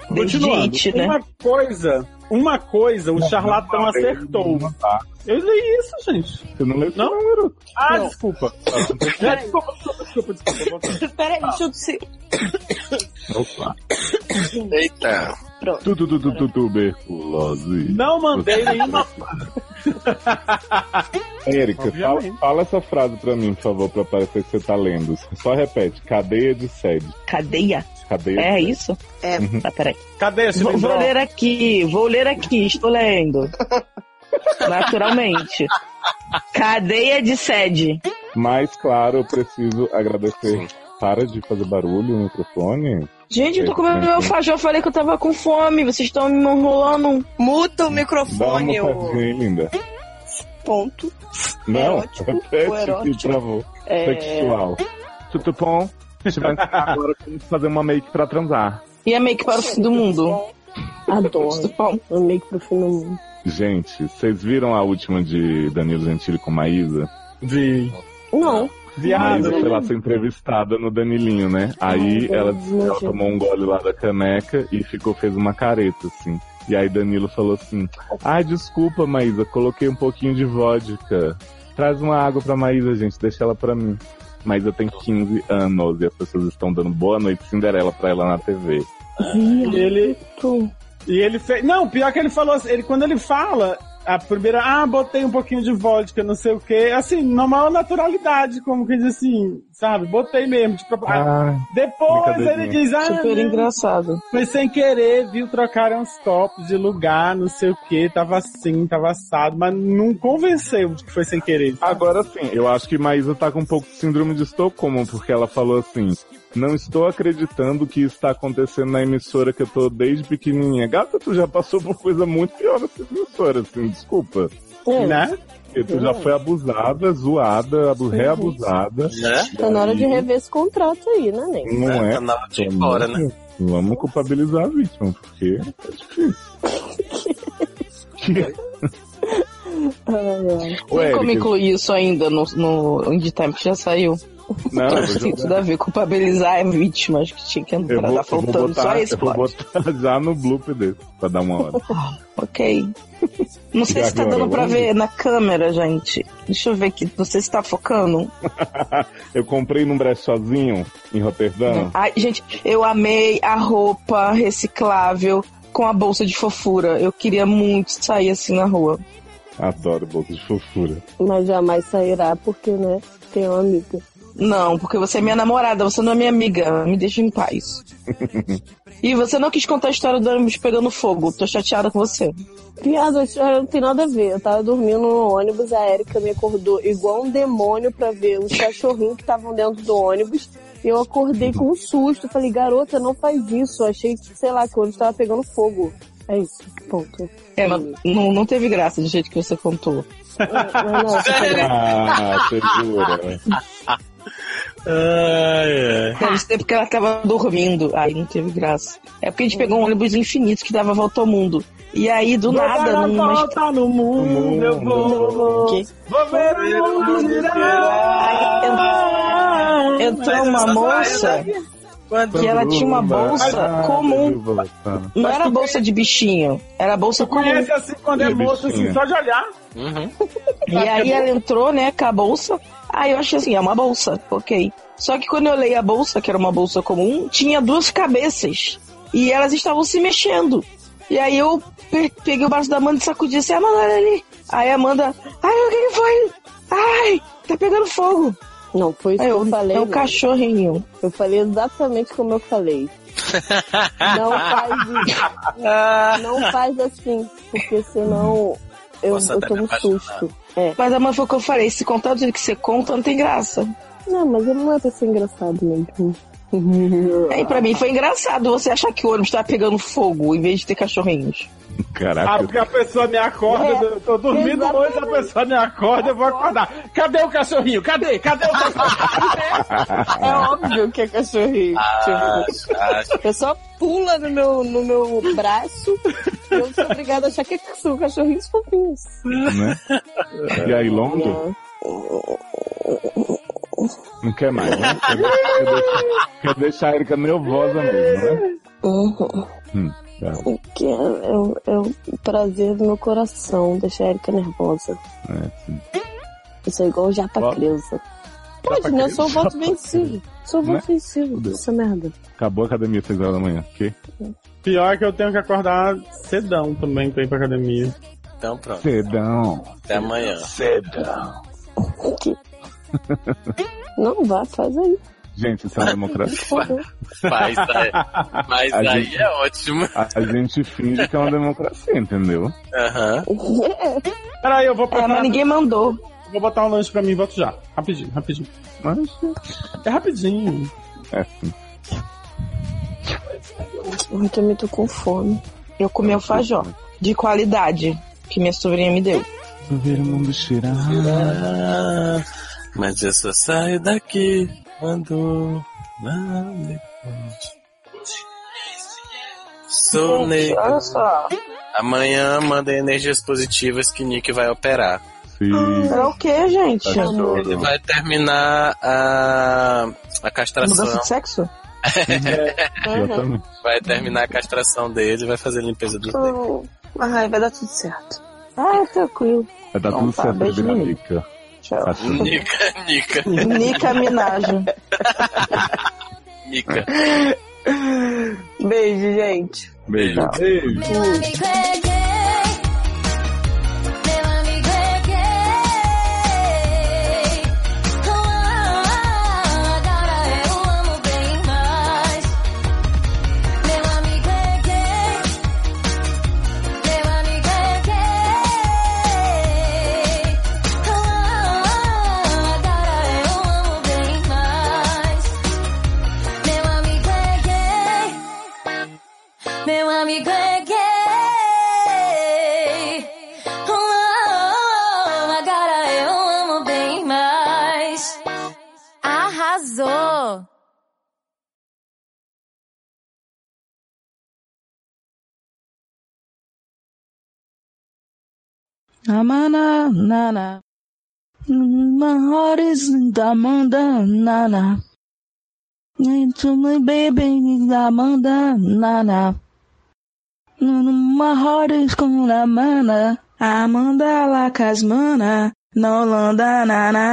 C: Continuando.
G: Gente, né?
C: Uma coisa, uma coisa, o charlatão
D: não,
C: acertou.
D: não, tá.
C: Eu li isso, gente.
D: Você não leu?
C: Não?
D: garoto.
C: Ah,
J: Não.
C: desculpa.
J: Peraí.
C: Desculpa, desculpa, desculpa, desculpa. voltando.
J: Peraí, deixa eu tossir.
D: Opa.
I: Eita.
D: Tu, tu, tu, tu, tu, tuberculose.
C: Não mandei nenhuma.
D: Érica, fala,
C: Obviamente.
D: fala essa frase pra mim, por favor, pra parecer que você tá lendo. Só repete. Cadeia de sede.
G: Cadeia?
D: Cadeia de
G: É isso?
J: É.
G: Ah, peraí.
C: Cadê esse
G: Vou, vou
C: lindró?
G: ler aqui, vou ler aqui, estou lendo. Naturalmente. Cadeia de sede.
D: Mas, claro, eu preciso agradecer. Para de fazer barulho no microfone.
G: Gente, eu tô comendo meu fajão, eu falei que eu tava com fome, vocês estão me enrolando.
J: Muta o
D: Dá
J: microfone,
D: uma
J: ô.
D: passadinha aí, linda.
J: Ponto.
D: Não,
J: Erótico, o
D: repete
J: erótico.
D: que travou.
J: É...
D: Sexual. Tudo bom? Agora vamos fazer uma make pra transar.
G: E é meio que para o fim do mundo.
J: Adoro.
G: Bom,
J: Eu meio que pro fim
F: é
J: do mundo.
D: Gente, vocês viram a última de Danilo Gentili com Maísa?
C: Vi.
J: Não.
D: Maísa,
C: Viado.
D: sei lá, foi entrevistada no Danilinho, né? Aí
J: Ai,
D: ela,
J: Deus,
D: ela
J: gente.
D: tomou um gole lá da caneca e ficou, fez uma careta, assim. E aí Danilo falou assim, ai, desculpa, Maísa, coloquei um pouquinho de vodka. Traz uma água pra Maísa, gente, deixa ela pra mim. Maísa tem 15 anos e as pessoas estão dando boa noite Cinderela pra ela na TV.
C: E ele. E ele fez. Não, pior que ele falou assim, ele, quando ele fala, a primeira, ah, botei um pouquinho de vodka, não sei o quê. Assim, na maior naturalidade, como que diz assim, sabe? Botei mesmo. de propósito.
D: Ah,
C: Depois ele
D: brincadeirinha.
C: diz, ah,
G: super
C: não,
G: engraçado.
C: Foi sem querer, viu? Trocaram os copos de lugar, não sei o que, tava assim, tava assado, mas não convenceu de que foi sem querer.
D: Agora sim, eu acho que Maísa tá com um pouco de síndrome de Estocolmo, porque ela falou assim: Não estou acreditando que isso tá acontecendo na emissora que eu tô desde pequenininha. Gata, tu já passou por coisa muito pior nessa emissora, assim, desculpa.
G: É.
D: Né? Porque tu já foi abusada, zoada, abu- reabusada.
E: Né?
F: Tá na hora de
G: Uhum.
F: rever esse contrato aí, né, Nen?
D: Não
E: É,
D: é?
E: tá na hora de ir embora, né?
D: Vamos culpabilizar a vítima, porque é difícil. Ô,
G: Tem como
D: Érica,
G: incluir isso ainda no, no Indie Time que já saiu?
D: não, eu
G: Acho
D: vou
G: que tem
D: jogar.
G: tudo a ver. Culpabilizar a vítima. Acho que tinha que
D: Eu vou,
G: entrar. Tá
D: eu vou
G: faltando só
D: botar,
G: esse
D: eu vou
G: plot.
D: botar já no bloop desse, pra dar uma hora.
G: Ok. Não sei
D: Já
G: se tá
D: viu
G: dando pra
D: aonde?
G: ver na câmera, gente. Deixa eu ver aqui. Não sei se tá focando.
D: eu comprei num brechózinho em Roterdã.
G: Ai, gente, eu amei a roupa reciclável com a bolsa de fofura. Eu queria muito sair assim na rua.
D: Adoro bolsa de fofura.
F: Mas jamais sairá, porque, né? Tem um amigo.
G: Não, porque você é minha namorada, você não é minha amiga. Me deixa em paz. e você não quis contar a história do ônibus pegando fogo. Tô chateada com você.
F: Viado, a história não tem nada a ver. Eu tava dormindo no ônibus, a Erika me acordou igual um demônio pra ver os cachorrinhos que estavam dentro do ônibus. E eu acordei com um susto. Falei, garota, não faz isso. Eu achei, que, sei lá, que o ônibus tava pegando fogo. É isso, ponto.
G: É, mas não, não teve graça do jeito que você contou.
F: Mas não, é isso foi
D: Ah, você jura?
E: Ai, ai.
G: Deve ser porque ela tava dormindo. Aí não teve graça. É porque a gente pegou um ônibus infinito que dava volta ao mundo. E aí, do nada, numa...
C: volta no mundo, eu vou.
G: Que?
C: Vou ver o mundo
G: girar.
C: girar.
G: Entrou é uma moça que ela tinha uma bolsa comum. Não era bolsa de bichinho, era bolsa comum.
C: Conhece assim quando é
D: Que
C: moça, assim,
D: bichinha.
C: só de olhar.
E: Uhum.
G: E aí ela entrou, né, com a bolsa. Aí eu achei assim, é uma bolsa, ok. Só que quando eu olhei a bolsa, que era uma bolsa comum, tinha duas cabeças. E elas estavam se mexendo. E aí eu pe- peguei o braço da Amanda e sacudi assim, Amanda, olha ali. Aí a Amanda, ai, o que que foi? Ai, tá pegando fogo.
F: Não, foi isso
G: Aí
F: que eu
G: eu,
F: falei.
G: é o
F: né?
G: cachorrinho.
F: Eu falei exatamente como eu falei. Não faz isso. Não faz assim, porque senão eu,
E: Nossa,
F: eu
E: tá
F: tomo
E: me
F: susto.
G: Mas a Amanda foi o que eu falei, se contar do jeito que você conta, não tem graça.
F: Não, mas ele não é pra ser engraçado mesmo.
G: Aí pra mim foi engraçado você achar que o ônibus tava pegando fogo em vez de ter cachorrinhos.
C: Ah,
D: Caraca,
C: porque a pessoa me acorda,
G: É.
C: eu tô dormindo hoje, a pessoa me acorda, eu vou acordar. Cadê o cachorrinho? Cadê? Cadê o cachorrinho?
F: É óbvio que é cachorrinho.
D: Ah,
E: Acho, acho.
F: A pessoa pula no meu, no meu braço. Eu sou obrigada a achar que são cachorrinhos fofinhos.
G: Ah.
D: né? E aí, Londo?
F: Uhum.
D: Não quer mais, né? Quer deixar, quer deixar- quer deixar a Erika nervosa mesmo, né? Tá.
F: Que é, é, é o prazer do meu coração deixar a Erika nervosa.
D: É, sim.
F: Eu sou igual o Japa
D: É. Ó.
F: Creuza. Pode, né? Eu sou voto vencido. Sou
D: Né?
F: voto vencido
D: Fudeu.
F: dessa merda.
D: Acabou a academia às 6 horas da manhã, ok?
C: Pior que eu tenho que acordar cedão também pra ir pra academia.
E: Então pronto,
D: Cedão.
E: até amanhã.
F: Que- Não vá, faz aí.
D: Gente, isso é uma democracia.
E: Mas, aí- mas
D: A
E: aí
D: gente-
E: é ótimo.
D: A a gente finge que é uma democracia, entendeu?
E: Aham.
C: Peraí, eu vou
G: É,
C: preparar,
G: mas ninguém mandou.
C: vou botar um lanche pra mim e volto já. Rapidinho, rapidinho.
D: Mas
C: É rapidinho.
D: é assim.
F: Eu também tô com fome.
G: Eu comi alfajor de qualidade que minha sobrinha me deu.
D: Pra ver o mundo cheirar.
E: Ah, Mas eu só saio daqui quando não me conte. Sou
G: Gente,
E: negro.
G: olha só.
E: Amanhã manda energias positivas que Nick vai operar.
D: Sim.
G: Será o que, gente?
D: Tá
E: Ele
D: todo.
E: vai terminar a, a
G: Mudança
E: castração.
G: de sexo?
D: Exatamente.
E: Vai terminar a castração dele e vai fazer a limpeza dos dentes.
F: Tô... Ai, vai dar tudo certo. Ah, tranquilo.
D: Vai dar tudo
G: Então tá,
D: certo, Tá
G: beijo,
D: Vira
G: menino.
D: Erika.
G: Tchau.
D: Acho que
E: Nica, Nica,
G: Nica Minaj.
E: Nica.
F: Beijo, gente.
D: Beijo. Beijo.
I: Meu amigo é gay. Meu amigo é gay. Oh, ah, ah, agora eu amo bem mais. Meu amigo é gay. Meu amigo é gay. Oh, ah, ah, agora eu amo bem mais. Meu amigo é gay. Ah, Meu amigo é gay. Oh, oh, oh,
F: Amana, nana. My heart is Amanda, nana. Into my baby, Amanda, nana. My heart is com Amanda. Amanda lá casmana. Na Holanda, nana.